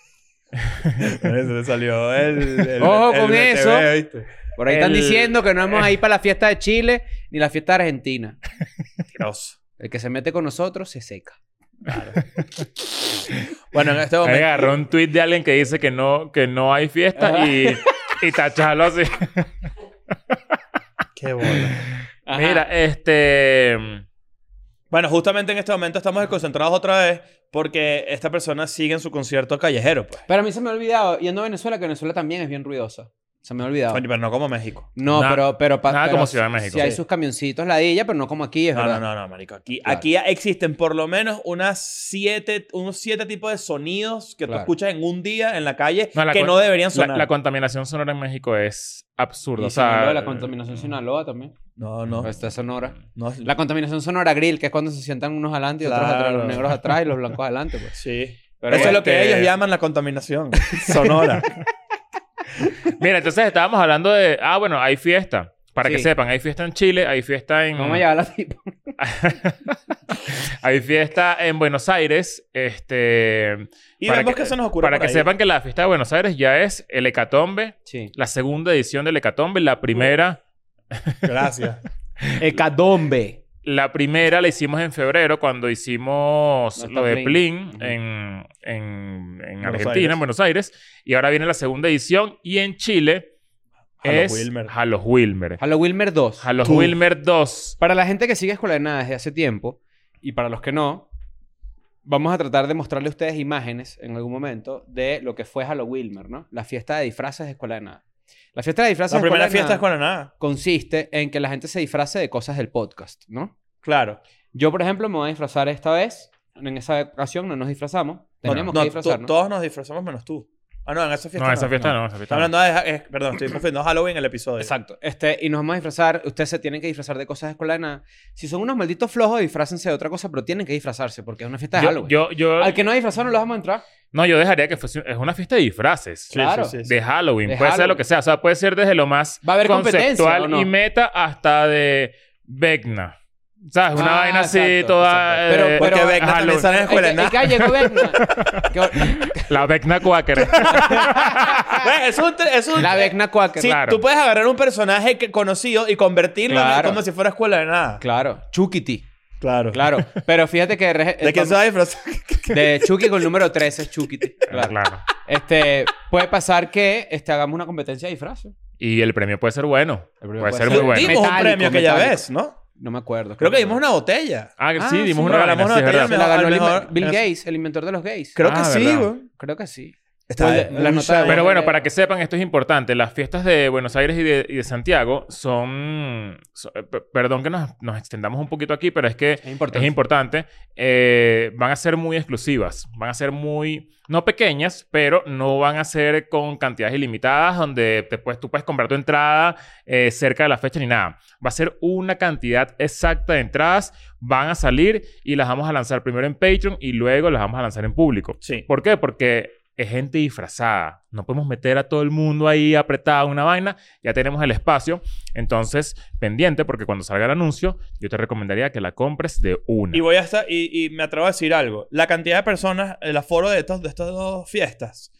Se le salió el. el-
Ojo
el
con
BTV,
eso.
¿viste?
Por ahí están
El- eh.
diciendo que no vamos a ir para la fiesta de Chile ni la fiesta de Argentina.
Asqueroso.
El que se mete con nosotros se seca.
Bueno, en este
Ahí
momento.
agarró un tweet de alguien que dice que no, que no hay fiesta y, y tacharlo así.
Qué bola.
Mira, este...
Bueno, justamente en este momento estamos desconcentrados otra vez porque esta persona sigue en su concierto callejero, pues.
Pero a mí se me ha olvidado, yendo a Venezuela, que Venezuela también es bien ruidosa. Se me ha olvidado.
Coño, pero no como México.
No,
Nada-
pero, pero, pa-
nada
pero
como Ciudad de México.
Si hay
Sí.
sus camioncitos ladilla, pero no como aquí, es
No,
verdad.
no, no, no, marico. Aquí,
Claro.
aquí existen por lo menos unas siete, unos siete tipos de sonidos que
Claro.
tú escuchas en un día en la calle
No, la
que
con-
no deberían
La,
sonar.
la contaminación sonora en México es absurda.
Y
o sea,
Sinaloa, la contaminación Sinaloa también.
No, no,
Pues Está sonora.
no.
La contaminación sonora grill, que es cuando se sientan unos adelante y otros atrás,
Claro.
los negros atrás y los blancos adelante. Pues.
Sí.
Pero
Eso es lo que
este-
ellos llaman la contaminación sonora.
Mira, entonces estábamos hablando de, ah, bueno, hay fiesta. Para que
Sí.
sepan, hay fiesta en Chile, hay fiesta en...
Vamos a llevar a la tipa.
hay fiesta en Buenos Aires. Este,
Y
para
vemos que, se nos ocurre.
Para
por
que
ahí.
sepan que la fiesta de Buenos Aires ya es el Hecatombe,
Sí.
la segunda edición del Hecatombe, la primera...
Gracias.
Hecatombe.
La primera la hicimos en febrero cuando hicimos
No está
lo de
Plin.
Plin
Ujú.
en, en- en
Buenos
Argentina,
Aires.
en Buenos Aires. Y ahora viene la segunda edición. Y en Chile
A los
es
Wilmer.
A los Wilmer.
A los Wilmer 2.
A los
Tú.
Wilmer 2.
Para la gente que sigue Escuela de Nada desde hace tiempo, y para los que no, vamos a tratar de mostrarle a ustedes imágenes en algún momento de lo que fue Halo Wilmer, ¿no? La fiesta de disfraces de Escuela de Nada. La fiesta de disfraces
La
de
primera
Escuela de
fiesta es
Nada
con nada.
consiste en que la gente se disfrace de cosas del podcast, ¿no?
Claro.
Yo, por ejemplo, me voy a disfrazar esta vez. En esa ocasión no nos disfrazamos. Teníamos
No,
que
no, to-
disfrazarnos.
Todos nos disfrazamos menos tú. Ah, no, en esa fiesta.
No, esa fiesta no, esa
Está
fiesta no.
hablando de. es- perdón, estoy confundiendo Halloween el episodio.
Exacto. Este, y nos vamos a disfrazar. Ustedes se tienen que disfrazar de cosas de escuela de nada. Si son unos malditos flojos, disfrácense de otra cosa, pero tienen que disfrazarse porque es una fiesta de
Yo,
Halloween.
yo, yo-
Al que no disfrazado no lo dejamos entrar.
no, yo dejaría que fuese es una fiesta de disfraces.
Sí,
Claro.
sí, sí, sí.
De Halloween.
De
puede ser lo
Halloween.
que sea. O sea, puede ser desde lo más
Va a haber competencia, ¿o
conceptual
no?
y meta hasta de Vecna. ¿Sabes? Una
Ah,
vaina así
exacto,
toda...
exacto. Pero-
eh,
Porque Beck
Halloween.
también sale en
Ay,
escuela
que-
de nada.
y calle, gobierna. Que-
La Vecna Quaker.
Güey, Pues, es un, es un-
La Vecna Quaker.
Sí,
claro.
tú puedes agarrar un personaje que- conocido y convertirlo en-
Claro.
como si fuera escuela de nada.
Claro. Chukiti.
Claro.
Claro. Pero fíjate que... re-
¿De quién se va a disfrazar?
De Chucky con el número 13 es Chukiti. Claro.
claro.
Este, puede pasar que este, hagamos una competencia de disfraces.
Y el premio puede ser bueno.
premio
Puede,
puede
ser
ser
muy
bueno.
bueno.
Tim.
Dimos un
Metálico,
premio que ya
metálico.
ves, ¿no?
No me acuerdo.
Creo que dimos una botella.
Ah,
Ah,
sí, dimos
sí,
una vaina,
regalamos una
sí, es
botella,
verdad.
La ganó
Al
el
mejor-
inven- Bill Gates, el inventor de los gays.
Creo
Ah,
que sí,
¿verdad?
güey.
Creo que sí.
Está
Oye,
bien.
la
Un
nota
chavo.
de-
Pero bueno, para que sepan, esto es importante. Las fiestas de Buenos Aires y de, y de Santiago son... son- eh, p- perdón que nos, nos extendamos un poquito aquí, pero es que
Es importante.
es importante. Eh, van a ser muy exclusivas. Van a ser muy... No pequeñas, pero no van a ser con cantidades ilimitadas donde te puedes, tú puedes comprar tu entrada eh, cerca de la fecha ni nada. Va a ser una cantidad exacta de entradas. Van a salir y las vamos a lanzar primero en Patreon y luego las vamos a lanzar en público.
Sí.
¿Por qué? Porque es gente disfrazada. No podemos meter a todo el mundo ahí apretado en una vaina. Ya tenemos el espacio. Entonces, pendiente, porque cuando salga el anuncio, yo te recomendaría que la compres de una.
Y voy a estar, y, y me atrevo a decir algo. La cantidad de personas, el aforo de estas de estas dos fiestas,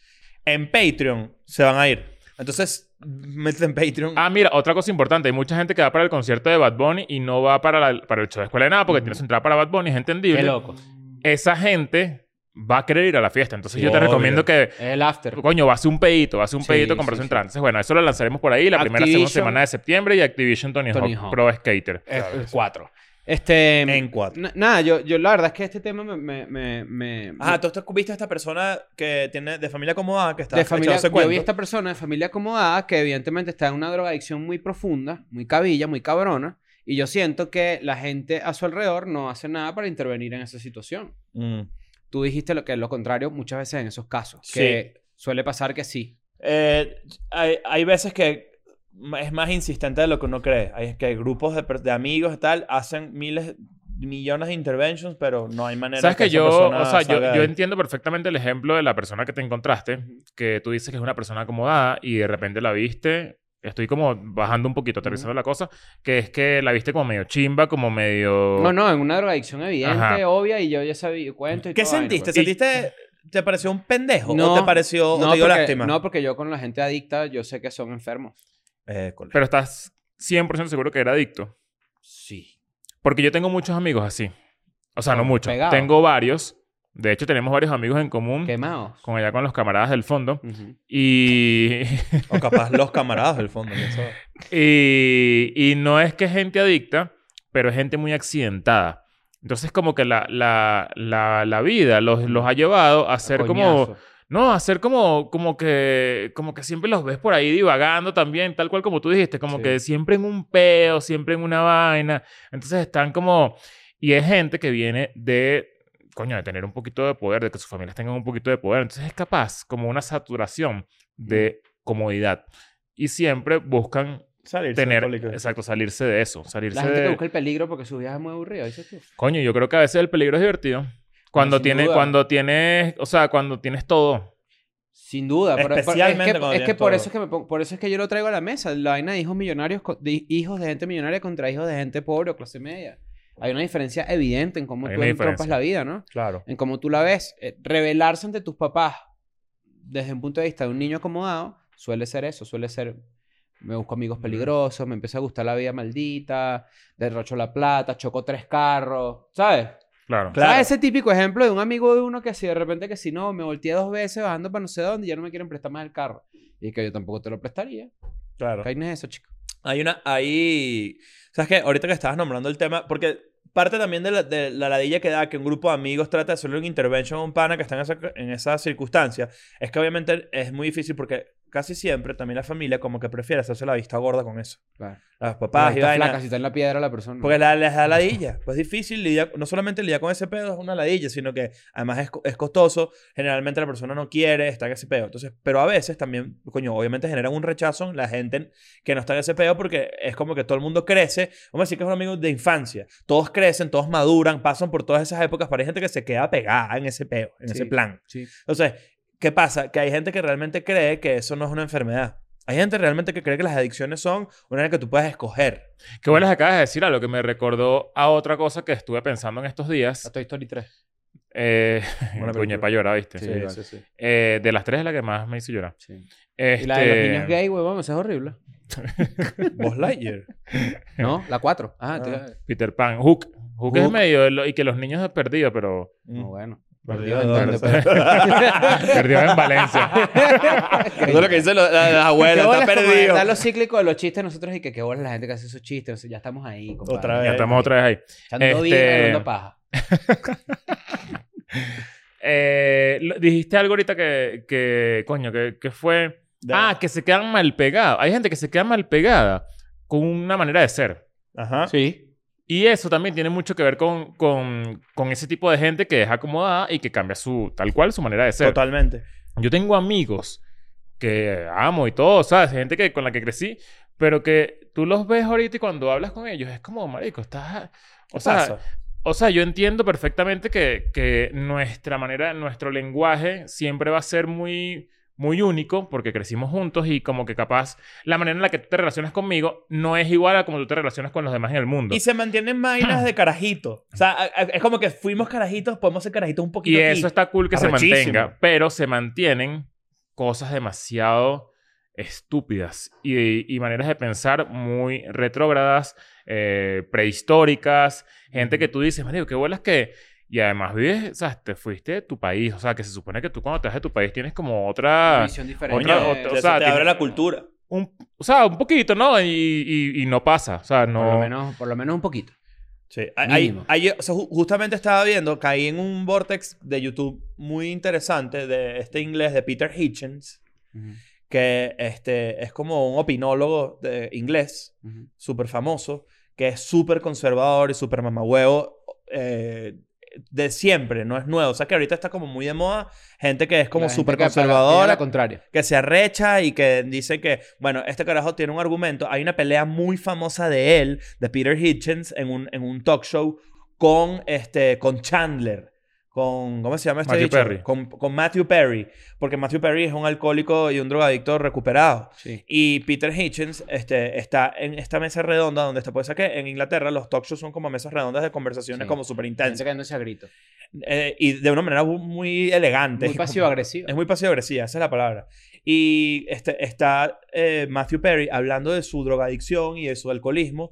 en Patreon se van a ir. Entonces, métete en Patreon.
Ah, mira, otra cosa importante. Hay mucha gente que va para el concierto de Bad Bunny y no va para, la- para el show de escuela de nada porque tiene su entrada para Bad Bunny. Es entendible.
Qué loco.
Esa gente va a querer ir a la fiesta. Entonces,
Sí,
yo te
obvio.
recomiendo que...
El after.
Coño, va a ser un pedito, va a ser un
Sí,
pedito comprar
sí,
su
sí.
entrada. Entonces, bueno, eso lo lanzaremos por ahí la primera segunda
Activision.
semana de septiembre y Activision Tony,
Tony
Hawk
Hawk.
Pro Skater.
Es- es cuatro. Este...
en cuatro.
na- nada, yo, yo la verdad es que este tema me... me, me, me-
Ah, tú tú viste a esta persona que tiene de familia acomodada que está
de familia,
echándose
yo vi
cuento.
a esta persona de familia acomodada que evidentemente está en una drogadicción muy profunda, muy cabilla, muy cabrona. Y yo siento que la gente a su alrededor no hace nada para intervenir en esa situación.
Mm.
Tú dijiste lo que es lo contrario muchas veces en esos casos.
Sí.
Que suele pasar que sí.
Eh, hay, hay veces que ma- es más insistente de lo que uno cree. Hay que grupos de, per- de amigos y tal hacen miles, millones de interventions, pero no hay manera
Sabes que,
esa
yo,
persona
o sea, yo,
salga de
yo
ahí.
entiendo perfectamente el ejemplo de la persona que te encontraste, que tú dices que es una persona acomodada y de repente la viste, estoy como bajando un poquito, aterrizando la cosa, que es que la viste como medio chimba, como
Oh.
medio...
No, no, en una drogadicción evidente,
Ajá.
obvia, y yo ya sabía, cuento y
¿Qué
toda vaina,
sentiste?
pues.
¿Sentiste, te pareció un pendejo
No,
o te pareció, o te dio
porque,
lástima?
no, porque yo con la gente adicta, yo sé que son enfermos.
École.
Pero estás 100% seguro que era adicto.
Sí.
Porque yo tengo muchos amigos así. O sea, no muchos.
Pegados.
Tengo varios. De hecho, tenemos varios amigos en
Mm.
común
Quemados.
con allá con los camaradas del fondo.
Ujú.
Y,
O capaz los camaradas del fondo. quién sabe.
y, y no es que es gente adicta, pero es gente muy accidentada. Entonces, como que la, la, la, la vida los, los ha llevado a ser como...
Coñazo.
No, a ser como, como, que, como que siempre los ves por ahí divagando también, tal cual como tú dijiste, como
Sí.
que siempre en un peo, siempre en una vaina. Entonces están como... Y es gente que viene de, coño, de tener un poquito de poder, de que sus familias tengan un poquito de poder. Entonces es capaz, como una saturación de
Mm.
comodidad. Y siempre buscan
Salirse
tener,
del alcohólico.
exacto, salirse de eso, salirse
La gente que
de...
busca el peligro porque su vida es muy aburrida, dices tú.
Coño, yo creo que a veces el peligro es divertido. Cuando,
sin
tiene,
duda.
cuando tienes, o sea, cuando tienes todo.
Sin duda. por- por-
Especialmente
es que,
cuando
es
tienes
que por
todo.
eso es que me pongo- por eso es que yo lo traigo a la mesa. La vaina de hijos millonarios, co- de hijos de gente millonaria contra hijos de gente pobre o clase media. Hay una diferencia evidente en cómo
Hay
tú
una
entrompas
diferencia.
la vida, ¿no?
Claro.
En cómo tú la ves. Eh, revelarse ante tus papás desde un punto de vista de un niño acomodado suele ser eso, suele ser me busco amigos peligrosos, me empieza a gustar la vida maldita, derrocho la plata, choco tres carros, ¿sabes?
Claro.
Claro.
¿Sabes ese típico ejemplo de un amigo de uno que si de repente que si no, me volteé dos veces bajando para no sé dónde y ya no me quieren prestar más el carro? Y que yo tampoco te lo prestaría.
Claro.
¿Qué hay en eso, chico?
Hay una. Hay. ¿Sabes qué? Ahorita que estabas nombrando el tema, porque parte también de la, de la ladilla que da que un grupo de amigos trata de hacerle un intervention a un pana que está en esa, en esa circunstancia, es que obviamente es muy difícil porque casi siempre también la familia como que prefiere hacerse la vista gorda con eso.
Claro.
Las
Pero
papás y
está
vainas.
flaca, si está en la piedra la persona.
Porque la, les da ladilla. Pues es difícil lidiar, no solamente lidiar con ese pedo es una ladilla, sino que además es, co- es costoso. Generalmente la persona no quiere estar en ese pedo. Entonces, pero a veces también, coño, obviamente generan un rechazo en la gente que no está en ese pedo porque es como que todo el mundo crece. Vamos a decir que es un amigo de infancia. Todos crecen, todos maduran, pasan por todas esas épocas. Pero hay gente que se queda pegada en ese pedo, en ese
Sí.
plan.
Sí.
Entonces, ¿qué pasa? Que hay gente que realmente cree que eso no es una enfermedad. Hay gente realmente que cree que las adicciones son una en la que tú puedes escoger.
Qué bueno que acabas de decir a lo que me recordó a otra cosa que estuve pensando en estos días.
A Toy Story 3.
Eh,
Buena
coño,
película.
para llorar, ¿viste?
Sí, vale.
sí.
Eh, de las tres es la que más me hizo llorar.
Sí.
Este...
Y la de los niños gay, huevón, esa es horrible.
Buzz Lightyear.
No, la 4. Ah,
Ah.
entonces-
Peter Pan. Hook. Hook, es
Hook.
medio... de lo- Y que los niños han perdido, pero...
No, bueno.
Perdido
en
Mm. de
dónde,
dólares.
perdido en Valencia.
Eso es lo que dicen los- la- las abuelas.
Qué bolas
Está
como
perdido.
Está lo cíclico de los chistes nosotros y que qué bolas la gente que hace esos chistes. no sé, ya estamos ahí, compadre.
Otra vez.
ya estamos otra vez ahí.
Echando
Este-
vida, hablando paja.
Eh, lo- dijiste algo ahorita que, que coño, que, que fue...
De-
Ah, que se quedan mal pegados. Hay gente que se queda mal pegada con una manera de ser.
Ajá.
Sí.
Y eso también tiene mucho que ver con, con, con ese tipo de gente que es acomodada y que cambia su, tal cual, su manera de ser.
Totalmente.
Yo tengo amigos que amo y todo, ¿sabes? Gente que, con la que crecí, pero que tú los ves ahorita y cuando hablas con ellos es como, marico, estás... O sea,
Pasa.
o sea, yo entiendo perfectamente que, que nuestra manera, nuestro lenguaje siempre va a ser muy, muy único porque crecimos juntos y como que capaz la manera en la que tú te relacionas conmigo no es igual a como tú te relacionas con los demás en el mundo.
Y se mantienen vainas de carajito. O sea, a- a- es como que fuimos carajitos, podemos ser carajitos un
Y
poquito. aquí.
eso está cool que se
Arrechísimo.
mantenga, pero se mantienen cosas demasiado estúpidas y, y maneras de pensar muy retrógradas, eh, prehistóricas, gente que tú dices, marico, qué bolas que... Y además vives, o sea, te fuiste de tu país, o sea, que se supone que tú cuando te vas de tu país tienes como
Una
otra...
visión diferente.
Coño,
otra-
te-
otra-
se
sea,
te
tiene-
abre la cultura.
Un, o sea, un poquito, ¿no? Y, y- y no pasa, o sea,
Por, lo
no...
menos, por lo menos un poquito.
Sí, hay-
Mínimo.
hay- hay- o sea, ju- justamente estaba viendo, caí en un vortex de YouTube muy interesante de este inglés de Peter Hitchens, que este, es como un opinólogo de inglés,
Ujú.
súper famoso, que es súper conservador y súper mamahuevo eh, de siempre, no es nuevo. O sea que ahorita está como muy de moda gente que es como
La gente
súper
que para- tiene
conservadora,
la contraria.
que se arrecha y que dice que, bueno, este carajo tiene un argumento. Hay una pelea muy famosa de él, de Peter Hitchens, en un, en un talk show con, este, con Chandler. Con, ¿Cómo se llama este
Matthew
bicho?
Perry.
Con, con Matthew Perry. Porque Matthew Perry es un alcohólico y un drogadicto recuperado.
Sí.
Y Peter Hitchens este, está en esta mesa redonda donde está, pues, que en Inglaterra los talk shows son como mesas redondas de conversaciones
Sí.
como súper
Gente
intensas.
quedándose a grito.
Eh, y de una manera bu- muy elegante.
Muy pasivo-agresivo.
Es muy pasivo-agresiva, esa es la palabra. Y este, está eh, Matthew Perry hablando de su drogadicción y de su alcoholismo.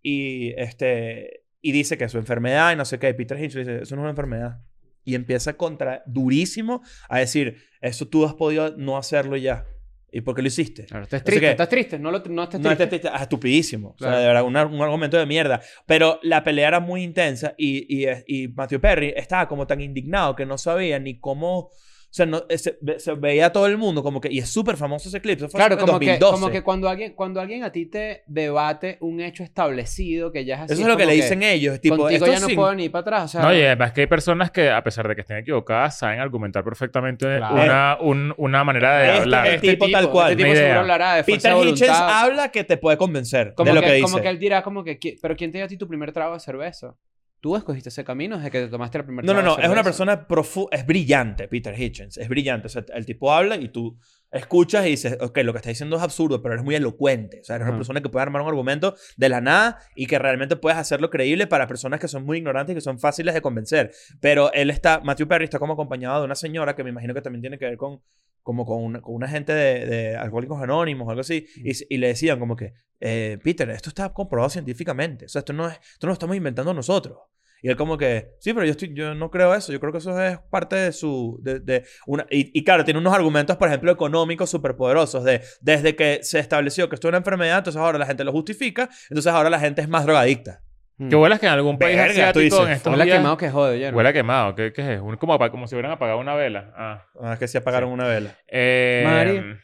Y, este, y dice que es su enfermedad y no sé qué. Y Peter Hitchens dice, eso no es una enfermedad. Y empieza contra durísimo a decir, eso tú has podido no hacerlo ya. ¿Y por qué lo hiciste?
Claro, estás
Así
triste,
que-
estás triste. No, lo, no estás
No,
triste.
este- este- ah, estupidísimo. O
Claro.
sea, de verdad, un, ar- un argumento de mierda. Pero la pelea era muy intensa y, y, y Matthew Perry estaba como tan indignado que no sabía ni cómo. O sea, no, eh, se, ve- se veía a todo el mundo como que. Y es súper famoso ese clip. Eso fue
Claro,
en
como, que,
2012.
como que cuando alguien, cuando alguien a ti te debate un hecho establecido que ya es así.
Eso es lo que
como
le dicen ellos. Tipo,
contigo
esto
ya no
sin-
puedo ni ir para atrás. O sea,
No, y además que hay personas que, a pesar de que estén equivocadas, saben argumentar perfectamente
Claro.
una, un- una manera de
Este-
hablar.
este- tipo tal cual,
Este
ni
tipo
idea.
seguro hablará de fuerza
Peter
de
Hitchens
voluntad.
habla que te puede convencer
como
de lo que,
que,
dice.
Como que él dirá como que... "¿Qui- ¿Pero quién te dio a ti tu primer trago de cerveza? Tú escogiste ese camino desde que te tomaste la primera
No, no,
trago
no.
de
Es una
cerveza.
persona profu Es brillante, Peter Hitchens. Es brillante. O sea, el tipo habla y tú escuchas y dices, ok, lo que está diciendo es absurdo, pero eres muy elocuente. O sea, eres una
Ajá.
persona que puede armar un argumento de la nada y que realmente puedes hacerlo creíble para personas que son muy ignorantes y que son fáciles de convencer. Pero él está, Matthew Perry está como acompañado de una señora que me imagino que también tiene que ver con como con una, con una gente de, de alcohólicos anónimos o algo así, y, s- y le decían como que, eh, Peter, esto está comprobado científicamente, o sea, esto no, es, esto no lo estamos inventando nosotros. Y él como que, sí, pero yo, estoy, yo no creo eso, yo creo que eso es parte de su... De, de una, y, y claro, tiene unos argumentos, por ejemplo, económicos superpoderosos, de desde que se estableció que esto es una enfermedad, entonces ahora la gente lo justifica, entonces ahora la gente es más drogadicta.
Mm.
Que vuelas que en algún país
Verga, tú
asiático
dices.
en estos
Huele a
días...
quemado que jode, oye. ¿no?
Huele a quemado. ¿Qué, qué es eso? Un- Como, apa- como si hubieran apagado una vela. Ah.
Ah, es que se apagaron una vela.
Eh,
Mari.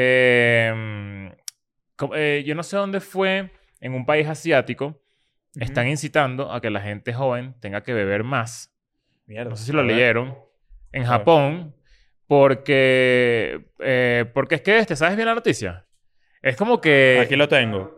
eh, com- eh, yo no sé dónde fue, en un país asiático, están incitando a que la gente joven tenga que beber más.
Mierda.
No sé si lo
A ver.
leyeron. En
A ver.
Japón, porque, eh, porque es que, ¿te sabes bien la noticia? Es como que...
Aquí lo tengo.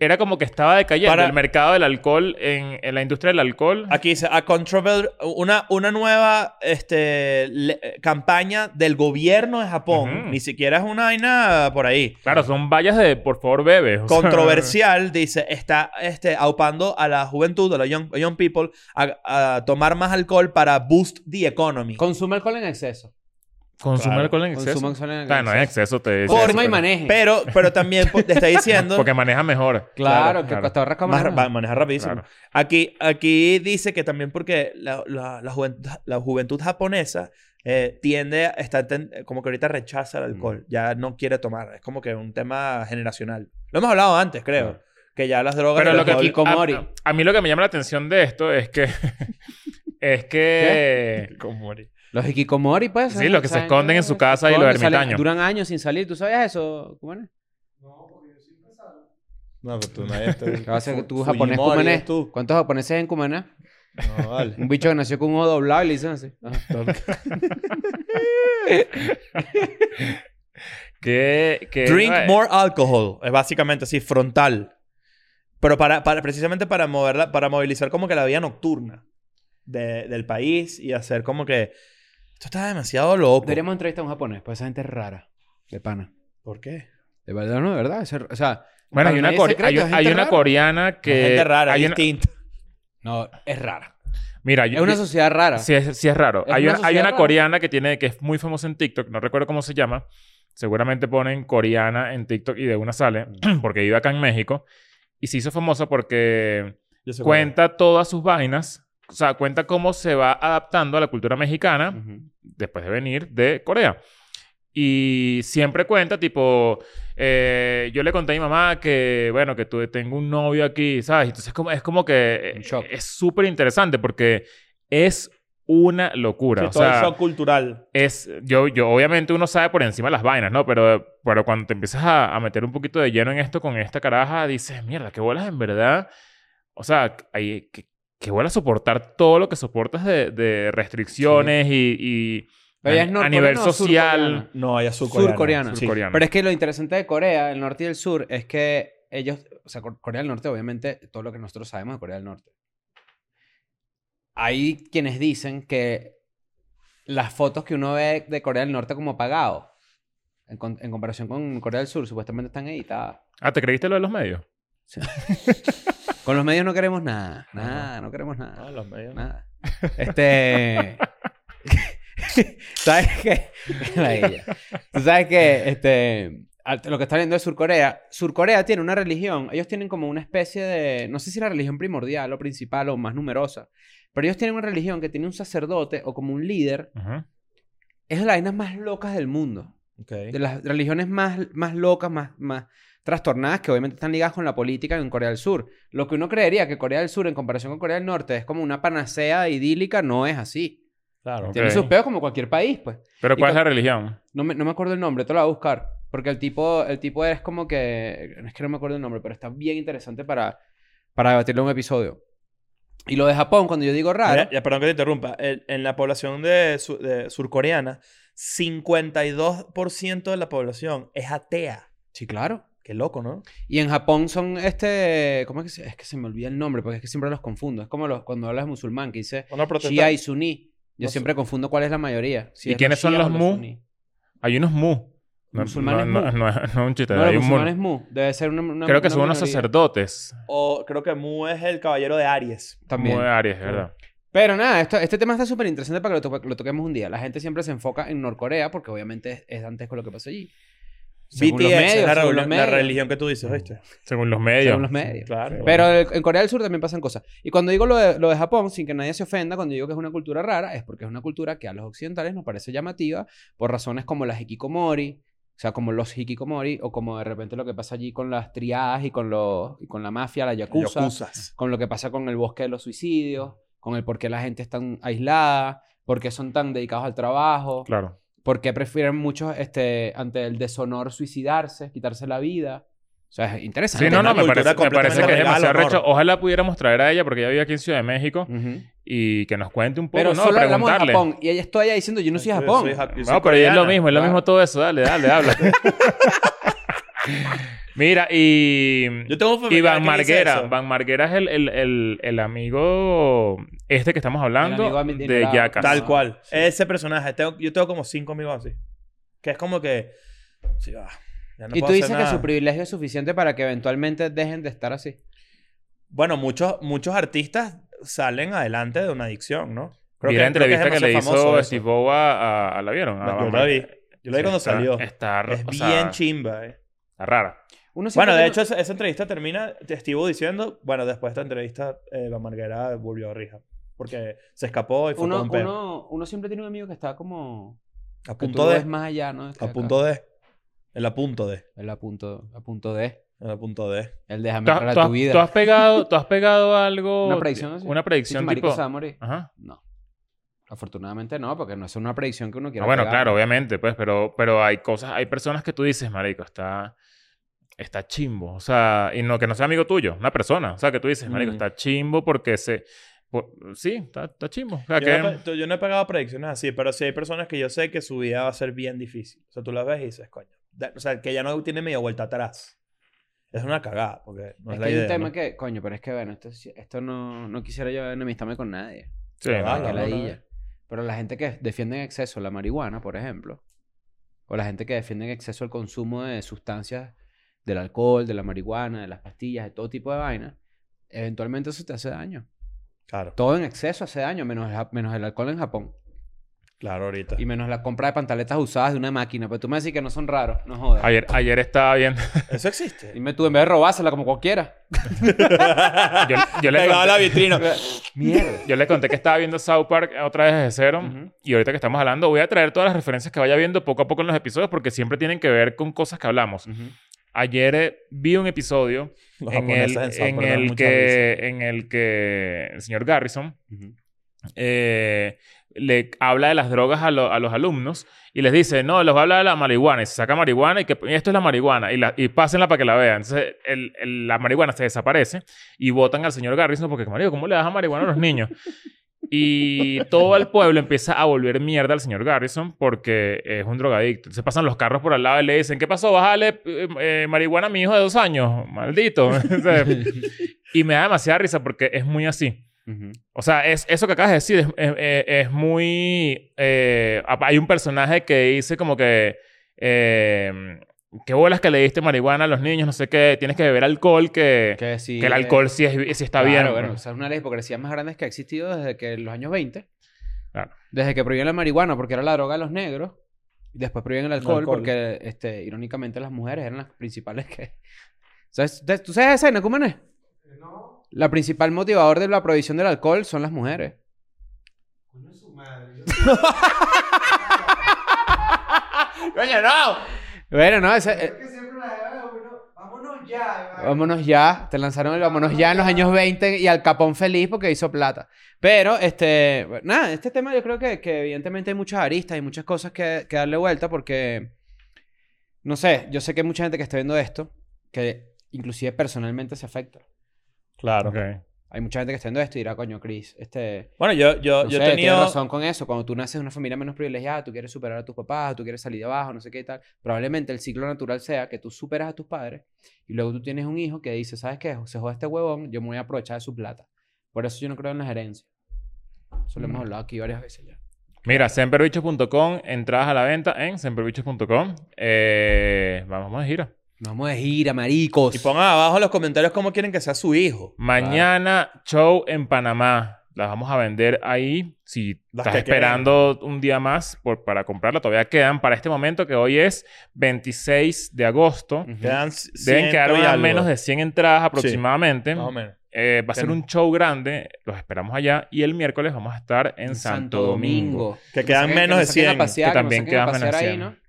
Era como que estaba decayendo
Para-
el mercado del alcohol en, en la industria del alcohol.
Aquí dice, a controver- una, una nueva este, le- eh, campaña del gobierno de Japón.
Ujú.
Ni siquiera es una vaina por ahí.
Claro, son vallas de por favor bebes. o sea,
Controversial, dice, está este, aupando a la juventud, a los young, young people, a, a tomar más alcohol para boost the economy.
Consume alcohol en exceso.
Consume
Claro,
alcohol en exceso.
Consume alcohol en exceso.
Claro, no en exceso te
Por-
Consuma y
pero-
maneje.
Pero, pero también po- te está diciendo...
Porque maneja mejor.
claro,
claro.
que te ahorras
Más,
cámara.
va a manejar rapidísimo.
Claro.
Aquí, aquí dice que también porque la, la, la, juventud, la juventud japonesa eh, tiende a estar ten- como que ahorita rechaza el
Mm.
alcohol, ya no quiere tomar. Es como que un tema generacional. Lo hemos hablado antes, creo.
Claro.
Que ya las drogas.
Pero
el
lo que aquí
alcohol-
ah,
Hikikomori.
a, a mí lo que me llama la atención de esto es que es que
Los hikikomori, pues.
Sí,
¿eh?
los que se
Esa gente
esconden en su
que
casa y
esconde,
los
salen-
ermitaños.
Duran años sin salir. ¿Tú sabías eso? ¿Cómo es?
No,
pues
pero tú nadie te...
¿Qué va a ser que tú
Fu-
japonés
Fujimori
cumanés?
eres tú.
¿Cuántos japoneses hay en Cumaná?
No, vale.
Un bicho que nació con un ojo doblado y le dicen así. Ajá.
que, que-
Drink
no, eh,
more alcohol. Es básicamente así, frontal. Pero para, para, precisamente para moverla, para movilizar como que la vida nocturna de- del país y hacer como que. Esto está demasiado loco.
Deberíamos entrevistar a un japonés, pues esa gente es rara. De pana.
¿Por qué?
De verdad, no, de verdad. ese- o sea,
Bueno, hay
para
una,
nadie
core-
es secreto,
hay,
es gente
hay una
rara.
coreana que
gente rara,
hay una-
distinta.
No, es rara.
mira,
Es una sociedad rara.
Sí, es, sí es raro.
Es
hay
una
una, hay
sociedad
una
rara.
coreana que tiene que es muy famosa en TikTok, no recuerdo cómo se llama. Seguramente ponen coreana en TikTok y de una sale,
Mm.
porque vive acá en México. Y se hizo famosa porque
Yo sé cuál es.
cuenta todas sus vainas. O sea, cuenta cómo se va adaptando a la cultura mexicana
Ujú.
después de venir de Corea. Y siempre cuenta, tipo, eh, yo le conté a mi mamá que, bueno, que tuve, tengo un novio aquí, ¿sabes? Entonces como, es como que eh,
Un shock.
es súper interesante porque es una locura.
Sí,
o
todo el
sea,
shock cultural.
es, yo, yo, obviamente uno sabe por encima las vainas, ¿no? Pero, pero cuando te empiezas a, a meter un poquito de lleno en esto con esta caraja, dices, mierda, qué bolas en verdad. O sea, hay, que, que bolas soportar todo lo que soportas de, de restricciones y, y
Pero ella es
a, a
norcoreana
nivel
o
social.
surcoreana.
No, hay azúcar.
Surcoreana.
Sí.
surcoreano.
Pero es que lo interesante de Corea, el norte y el sur, es que ellos, o sea, Cor- Corea del Norte, obviamente, todo lo que nosotros sabemos de Corea del Norte. Hay quienes dicen que las fotos que uno ve de Corea del Norte como apagado, en, con- en comparación con Corea del Sur, supuestamente están editadas.
Ah, ¿te creíste lo de los medios?
Con los medios no queremos nada, nada, no queremos nada,
Ah, los medios.
nada. Este... ¿Sabes qué? La ella. Tú sabes que este, al- lo que está viendo es Surcorea. Surcorea tiene una religión. Ellos tienen como una especie de. No sé si la religión primordial o principal o más numerosa. Pero ellos tienen una religión que tiene un sacerdote o como un líder.
Ajá.
Es de las vainas más locas del mundo.
Ok.
De las religiones más, más locas, más, más trastornadas, que obviamente están ligadas con la política en Corea del Sur. Lo que uno creería que Corea del Sur, en comparación con Corea del Norte, es como una panacea idílica, no es así.
Claro.
Ok.
Tiene sus peos como cualquier país, pues.
Pero
Y
¿cuál es
con-
la religión?
No me, no me acuerdo el nombre, te lo voy a buscar. Porque el tipo, el tipo es como que. Es que no me acuerdo el nombre, pero está bien interesante para, para debatirlo en un episodio. Y lo de Japón, cuando yo digo raro.
Mira, ya, perdón que te interrumpa. El- en la población de, su- de surcoreana, 52% de la población es atea.
Sí, claro.
Qué loco, ¿no?
Y en Japón son este. ¿Cómo es que se, es que se me olvida el nombre? Porque es que siempre los confundo. Es como los, cuando hablas musulmán que dice
Una
Shia y Suní. Yo
No sé.
siempre confundo cuál es la mayoría. si
¿Y
es
quiénes son
shia o
los mu?
suní.
Hay unos mu. No, no,
Musulmanes
no,
mu.
no es- no es un chiste.
No,
hay
los
un mu.
musulmanes mu. Debe ser una. una-
Creo que
una
son unos
minoría.
sacerdotes.
O creo que Mu es el caballero de Aries.
También.
Mu de Aries, ¿verdad?
Pero nada, esto, este tema está súper interesante para que lo, to- lo toquemos un día. La gente siempre se enfoca en Norcorea porque obviamente es, es dantesco lo que pasó allí. Según los
BTS,
medios, según
la, reunión-
los medios.
la religión que tú dices, ¿viste?
Según los medios.
Según los medios.
Claro.
Pero el- en Corea del Sur también pasan cosas. Y cuando digo lo de, lo de Japón, sin que nadie se ofenda, cuando digo que es una cultura rara, es porque es una cultura que a los occidentales nos parece llamativa por razones como las hikikomori, o sea, como los hikikomori, o como de repente lo que pasa allí con las triadas y con, los, y con la mafia, la yakuza,
Yokuzas.
con lo que pasa con el bosque de los suicidios, con el por qué la gente es tan aislada, por qué son tan dedicados al trabajo,
Claro.
por qué prefieren muchos este, ante el deshonor suicidarse, quitarse la vida. O sea, es interesante.
Sí, no,
una
no, me
cultura
parece, me parece que es
completamente
demasiado
real,
recho.
honor.
Ojalá pudiéramos traer a ella porque ella vive aquí en Ciudad de México
Ujú.
y que nos cuente un poco,
Pero
¿no?
solo hablamos de
Preguntarle.
Japón. Y ella está allá diciendo, yo no soy de Japón.
Yo soy ja- yo soy
No, pero es lo
coreana.
mismo, es lo
claro.
mismo todo eso. Dale, dale, habla. Mira, y.
Yo tengo un
Y
familiar
Van
que dice
Marguera.
eso.
Van Marguera es el, el, el, el amigo este que estamos hablando
El amigo
de
adinerado.
Jackass.
Tal
Ah,
cual. Ese personaje. Tengo- yo tengo como cinco amigos así. Que es como que. sí, ah, ya no
y tú
puedo hacer
dices que
nada.
su privilegio es suficiente para que eventualmente dejen de estar así.
Bueno, muchos, muchos artistas salen adelante de una adicción, ¿no?
Vi la entrevista que,
es
le
demasiado
hizo
famoso
Steve
eso.
Bowe a, a- a- ¿La vieron? A
Yo
Van
la vi.
Marguera.
Yo la vi
Sí,
cuando
está-
salió.
Está, r-
Es
o
bien
sea,
chimba, eh.
está rara.
Uno siempre
Bueno, de
tiene-
hecho, esa, esa entrevista termina, te estuvo diciendo, bueno, después de esta entrevista, eh, Van Marguera volvió a Rija. Porque se escapó y fue
uno,
todo un peo.
uno- uno siempre tiene un amigo que está como...
a
que
punto
tú
de.
ves más allá, ¿no?
A punto de. El a punto de.
El a punto, a punto de.
El a punto de.
El déjame
¿Tú has,
para
tú has-
tu vida.
tú has pegado, tú has pegado algo.
Una predicción así.
Una
¿Viste,
predicción
marico
tipo.
se va a morir?
Ajá.
No. Afortunadamente no, porque no es una predicción que uno
Ah,
quiera
bueno,
pegar.
claro, obviamente, pues, pero, pero hay cosas, hay personas que tú dices, marico, está, está chimbo, o sea, y no que no sea amigo tuyo, una persona, o sea, que tú dices, marico,
Mm.
está chimbo porque se, por- sí, está, está chimbo, o sea,
Yo,
que,
no he, pe- yo no he pagado predicciones así, pero sí hay personas que yo sé que su vida va a ser bien difícil. O sea, tú las ves y dices, coño. da- o sea, que ya no tiene media vuelta atrás. Es una cagada, porque
Es
no es,
que
la
hay
idea.
un tema
¿no?
que... Coño, pero es que, bueno, esto, es- esto no, no quisiera yo enemistarme con nadie.
sí,
Porque
Ah,
no,
la
qué
verdad,
ladilla.
eh.
Pero la gente que defiende en exceso la marihuana, por ejemplo, o la gente que defiende en exceso el consumo de sustancias del alcohol, de la marihuana, de las pastillas, de todo tipo de vaina, eventualmente eso te hace daño.
Claro,
Todo en exceso hace daño, menos el, ja- menos el alcohol en Japón.
claro, ahorita.
Y menos la compra de pantaletas usadas de una máquina. Pero tú me decís que no son raros, no jodas.
ayer, ayer estaba viendo,
Eso existe.
Dime tú, en vez de robársela como cualquiera.
yo, yo le
Pegado a la
conté,
vitrina.
Mierda.
yo le conté que estaba viendo South Park otra vez de cero,
Ujú.
y ahorita que estamos hablando, voy a traer todas las referencias que vaya viendo poco a poco en los episodios, porque siempre tienen que ver con cosas que hablamos. Ayer eh, vi un episodio
Los
en el,
japoneses en South
en
Park dan
el
mucha risa.
que, en el que el señor Garrison eh, le habla de las drogas a, lo- a los alumnos y les dice, no, les va a hablar de la marihuana y se saca marihuana y que y esto es la marihuana y, la, y pásenla para que la vean. Entonces el- el- la marihuana se desaparece y votan al señor Garrison porque, marido, ¿cómo le das a marihuana a los niños? Y todo el pueblo empieza a volver mierda al señor Garrison porque es un drogadicto. Entonces pasan los carros por al lado y le dicen, ¿qué pasó? Bájale eh, eh, marihuana a mi hijo de dos años, maldito. O sea, y me da demasiada risa porque es muy así. O sea, es, eso que acabas de decir es, es- es- es muy... eh, hay un personaje que dice como que... eh, ¿Qué bolas que le diste marihuana a los niños? No sé qué. Tienes que beber alcohol que...
Que, sí,
que el
eh,
alcohol sí, es- sí está
Claro,
bien.
Bueno,
pues.
esa es una de las hipocresías más grandes que ha existido desde que los años 20.
Claro.
Desde que prohibieron la marihuana porque era la droga de los negros. Y después prohibieron el alcohol,
alcohol.
porque, este, irónicamente, las mujeres eran las principales que... ¿Sabes? ¿Te- ¿Tú sabes esa escena, Cúmenes? No. La principal motivador de la prohibición del alcohol son las mujeres.
Coño, no.
Bueno, no, ese... eh, Vámonos ya, te lanzaron el vámonos ya en los años 20 y al Capón feliz porque hizo plata. Pero, este, nada, este tema yo creo que, que evidentemente hay muchas aristas y muchas cosas que, que darle vuelta porque, no sé, yo sé que hay mucha gente que está viendo esto, que inclusive personalmente se afecta.
Claro.
Ok.
Hay mucha gente que está viendo esto y dirá, coño, Chris, este...
Bueno, yo, yo,
no sé,
yo he
tienes
tenido...
razón con eso. Cuando tú naces en una familia menos privilegiada, tú quieres superar a tus papás, tú quieres salir de abajo, no sé qué y tal. Probablemente el ciclo natural sea que tú superas a tus padres y luego tú tienes un hijo que dice, ¿sabes qué? Se joda este huevón, yo me voy a aprovechar de su plata. Por eso yo no creo en las herencias. Eso lo hemos
Mm.
hablado aquí varias veces ya.
Mira, semperbichos.com, entradas a la venta en semperbichos.com. Eh, vamos, vamos de gira.
Nos vamos de gira, maricos.
Y pongan abajo en los comentarios cómo quieren que sea su hijo.
Mañana, show en Panamá. Las vamos a vender ahí. Si
Las
estás
que quedan.
esperando un día más por- para comprarla, todavía quedan para este momento, que hoy es 26 de agosto.
Ujú.
Quedan
Deben quedar ya menos de 100 entradas aproximadamente.
Más o menos.
Eh, va a ser
Ten-
un show grande. Los esperamos allá. Y el miércoles vamos a estar en, Santo, Domingo.
Que quedan
saquen-
menos de
nos saquen a
100.
pasear,
Que
nos
también
saquen a
quedan menos
pasear
de
ahí,
100.
¿no?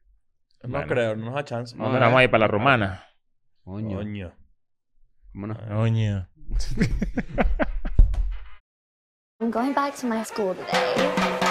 No
Bueno.
creo, no nos da chance.
¿Dónde vamos a ir? Para la romana.
Coño,
Coño.
vámonos.
Coño.
I'm going back to my school today.